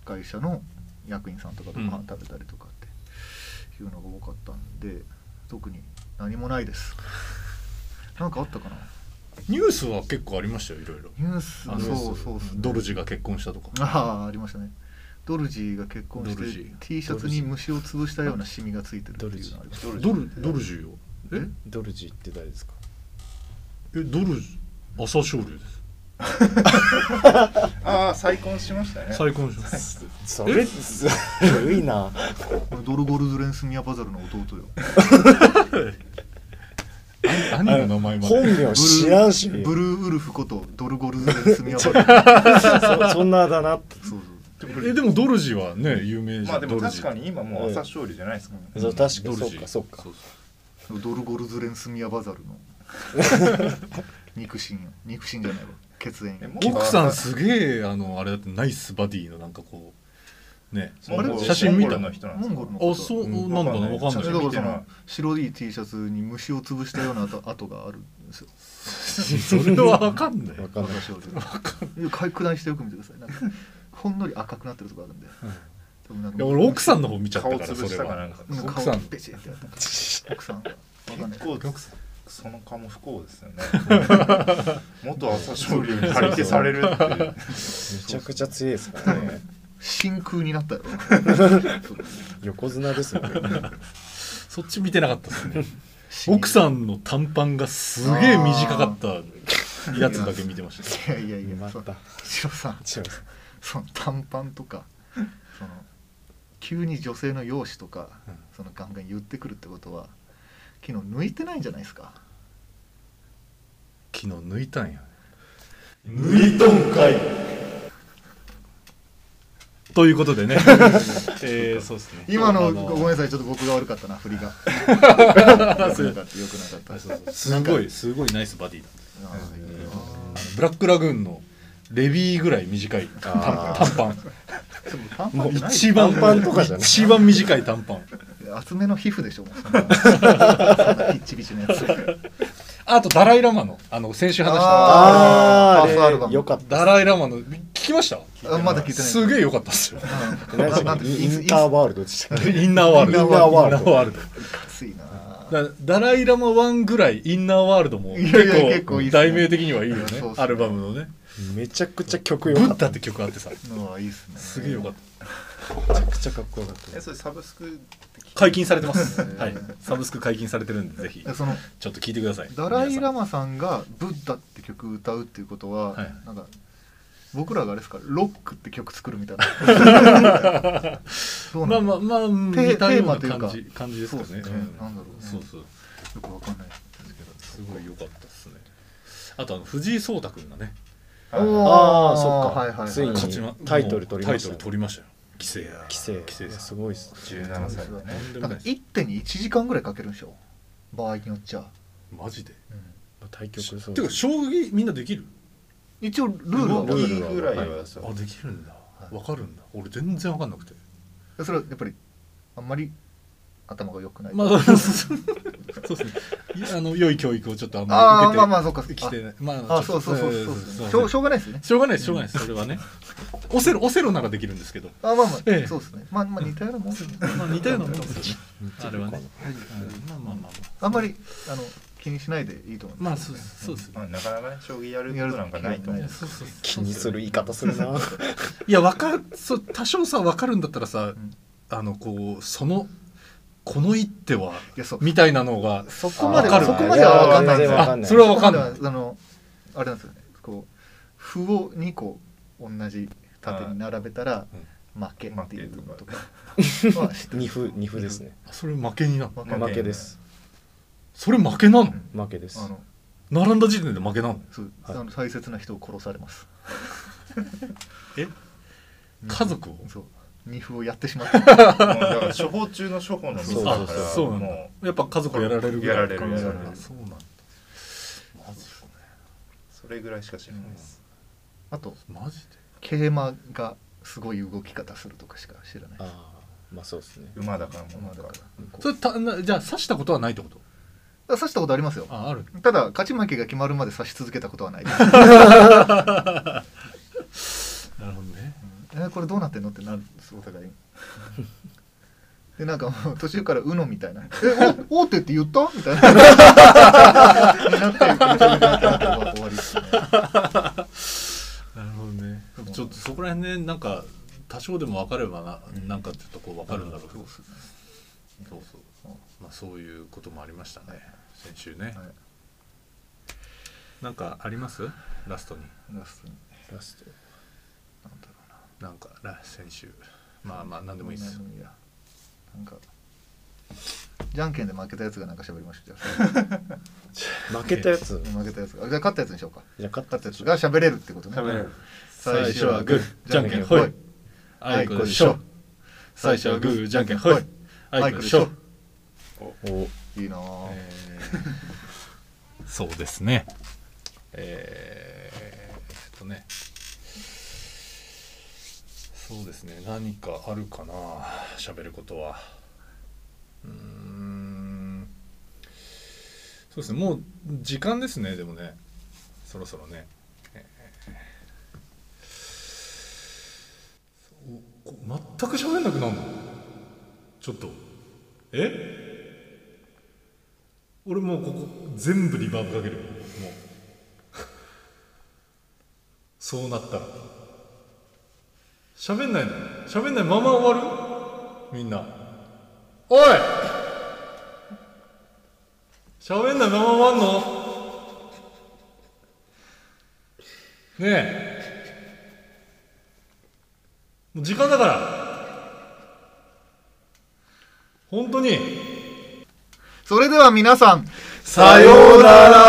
B: 会社の役員さんとかと
A: う
B: ご飯
A: ん
B: 食べたりとかっていうのが多かったんで、特に何もないですなんかあったかな
A: ニュースは結構ありましたよいろいろ
B: ニュース
A: あの
B: そうそうっすね
A: ドルジが結婚したとか
B: ああありましたねドルジーが結婚し
A: ドルジ
B: て T シャツに虫を潰したようなシミがついてるっていうのがありました
A: ドルドルジよえ
E: ドルジって誰ですか
A: えドルジ朝青龍です
C: あー再婚しましたね
A: 再婚し ます
E: それずるいな
B: これドルゴルズレンスミヤパザルの弟よ
A: 兄の名前ま
E: 本
A: で
E: 名知らんし
B: ブルーウルフことドルゴルズレンスミヤパザル
E: そ そんなだなって
B: そう
A: えでもドルジはね有名じゃん
C: まあでも
A: ドルジ
C: 確かに今もう朝勝利じゃないですからね
E: そう確かに
A: ド
E: そ
A: ル
E: う
A: ジ
E: かそうか
B: そうドルゴルズレンスミヤパザルの肉親よ肉親じゃないわ血縁
C: え
B: よ
C: も
A: 奥さんすげえあのあれだってナイスバディのなんかこうね
C: モンゴル
A: 写真見た
C: モンゴルの人なんで
B: モ
C: す
B: ン
C: か
B: ゴルの
A: あそう
E: うん
A: なんだなわ
C: わ
A: か
C: か
A: ん
C: ん
A: な
C: な
B: え
C: いい
B: だ
A: けど
B: からそ
C: 見てない
B: の白い T シャツに虫を潰したような跡跡があるんですよ。
A: それはわかんない
E: わかんない
B: 私はかい。拡大してよく見てください。なんかほんのり赤くなってるとこあるんで。多分なん
A: い
B: か
A: や俺奥さんの方見ちゃった
C: 顔
A: からそ
C: 潰し
A: れ
C: たかな
A: は
C: んか
B: なんか
A: 奥さん
B: 顔ペチってやった。奥さんが。わかんない
C: 結。構その顔も不幸ですよね元朝青龍に借りてされるっていう
E: めちゃくちゃ強いですからね
B: 真空になったよ。
E: 横綱ですよね
A: そっち見てなかったですね 奥さんの短パンがすげえ短かったやつだけ見てました
B: いやいやいや、
E: ま
B: その
E: た
B: 白さん、
E: 違います
B: その短パンとか、その急に女性の容姿とか、そのガンガン言ってくるってことは、昨日抜いてないんじゃないですか。
A: 昨日抜いたんや
E: 抜いとんかい
A: ということでね えー、そうですね
B: 今の
A: あ
B: ごめんなさいちょっと僕が悪かったな振 りが良くなかった良くなかった
A: そうそうすごいすごいナイスバディだ
B: ああいいよ
A: ブラックラグーンのレビーぐらい短い短
E: あ
A: 短パン
B: でも短パ
A: も
B: ン
A: う
B: じゃない
A: 一番
E: 短パンとかじゃない
A: 一番短い短パン
B: 厚めの皮膚でしょもうそんなそんなピッチピチのや つ
A: あとダライラマのあの先週話した
E: あ
B: あー
E: ー
B: パースアル
E: あ
B: バム
E: れよかっ
A: ダライラマの聞きました
B: あまだ聞いてない
A: すげえ良かったっ すよ
E: た何でした
B: な
E: っ
B: ん
E: け
B: で
E: イ
B: イン
E: ンイ
B: ス
E: ンターワールドでしたっけ
A: インナーワールド
E: インナーワールド
A: インナーワールド
B: 熱いな
A: だダライラマ1ぐらいインナーワールドも
B: い
A: 結
B: やいや結
A: 構
B: 構いいっすね
A: 題名的にはいいよね
B: いやそうっすね
A: アルバムのね
E: めちゃくち
A: 「
E: ゃ曲
A: ブ
E: 良か
A: ッ
E: った
A: ダ」って曲あってさ
B: のはいいっすね
A: すげえよかった
E: めちゃくちゃかっこよかった
C: えそれサブスクって聞い
A: 解禁されてます、はい、サブスク解禁されてるんでぜひ
B: えその
A: ちょっと聞いてください
B: ダライ・ラ
A: マ
B: マさんが「ブッダ」って曲歌うっていうことは、
A: はい
B: なんか僕らがあれですかロックって曲作るみたいな そう
A: ま
B: な
A: あ
B: の
A: まあまあ似
B: テ
A: たよう
B: ーマ
A: な
B: という
A: 感
B: か
A: じ感じですかね
B: そうですねなんだろうね
A: そうそう
B: よくわかんない
A: すごい良かったですねあとあの藤井聡太君がね
C: はい
E: あ
B: ー
E: あそっか、
B: はいはいはい
E: つい
A: 勝ちま
E: にタイトル取りまし
A: タ
E: た
A: イトル取りましたよ規制
E: 規制
A: 規制です
E: すごいっす
C: 17歳でね
A: とんで
B: な
A: も
B: ん
A: な
B: か
A: いです
B: 一手に1時間ぐらいかけるんでしょ場合によっちゃ
A: マジで、だ
E: か対局そう
A: てか将棋みんなできる
B: 一応ルールは
C: 動
B: 分かる
C: きぐらいはさ
A: あできるんだわかるんだ俺全然わかんなくて
B: それはやっぱりあんまり頭が良くない、
A: まあそうですねいやあの良い教育をちょっとあんまり
B: あ
A: 受け
B: ー
A: て
B: まあまあそっかそっ
A: き
B: か
A: てないま
B: あそうそうそうそ
A: ちょ
B: う
A: っ
B: しょ
A: と
B: うしょうがないですね
A: しょうがないですしょうがないですそれはねオセロオセロならできるんですけど
B: あまあまあ、
A: ええ
B: そうですねまあまあ似たようなもんですね
A: まあ似たようなもんですよねあれはね
B: 大丈夫です
A: まあまあまあ
B: あんまりあの気にしないでいいと思います、
A: まあそうですそうです
C: まあなかなかね将棋やることなんかないと思う
B: やる
A: そうそうそう
E: 気にする言い方するな
A: いやわかるそう多少さわかるんだったらさ
B: ん
A: あのこうそのこの一手はい
B: やそう
A: みたいなのが
B: そこまで
A: わか
B: は
A: る
B: そこまでは分かんないんですよ
E: わかん
A: あ
E: ない
A: それはわかんない
B: そこまではあのあれなんですよねこう歩を2個同じ縦に並べたら負けっていうのとかは知ってる
E: 二歩二歩ですね
A: あそれ負けになる
B: 負け
E: 負けです
A: それ負けなの
E: 負けです
B: あの
A: 並んだ時点で負けなの
B: そう、
E: はい
B: あの大切な人を殺されます
A: 家族を
B: そう二歩をやってしま った
C: もうだから処方中の処方のミスだ
E: そう
C: か
E: そう
C: ら
A: そうなんだ
C: もう
A: やっぱ家族やられるぐらい
C: やられるやられる
A: そうなんだマジで
C: それぐらいしか知らないです
B: あと
A: マジで
B: 桂馬がすごい動き方するとかしか知らない
E: ああまあそうですね
C: 馬だからも
B: 馬
C: う
B: だ
C: だ
B: か
C: からら
B: こう
A: それたなじゃあ刺したことはないってこと
B: あ刺したことありますよ
A: あある
B: ただ勝ち負けが決まるまで刺し続けたことはない
A: なるほどね
B: えーこれどうなってんのってなるんですお互いにでなんか もう途中から「うの」みたいな「えお大手って言った?」みた いななってめちゃめちゃなんか終わりですね
A: なるほどね
B: うん
A: ちょっとそこら辺ねなんか多少でも分かればな,、なんかちょっとこう分かるんだろうけ
B: そ
A: ど、
B: うですね
A: そうそうまあそういうこともありましたね、先週ね、
B: はい
A: なんかありますラストに
B: ラストに
E: ラスト
B: なんだろうな
A: なんかラ先週まあまあ何でもいいですよ
B: いやなんかじゃんけんで負けたやつがなんか喋りましょうじゃ
E: 負けたやつ
B: あ負けたやつがじゃあ勝ったやつにしようか
E: じゃあ勝った
B: 勝ったやつが喋れるってことね
C: 喋れる
A: 最初はグーじゃんけんほいあいこでしょ最初はグーじゃんけんほいあいこでしょ
E: お
B: いいなぁ
A: えーそうですねえー、えっとねそうですね何かあるかな喋ることはうーんそうですねもう時間ですねでもねそろそろね、えーおこ全く喋んなくなるのちょっとえ俺もうここ全部リバーブかけるよもうそうなったら喋んないの喋んないまま終わるみんなおい喋んないまま終わんのねえもう時間だから本当に
B: それでは皆さん
A: さようなら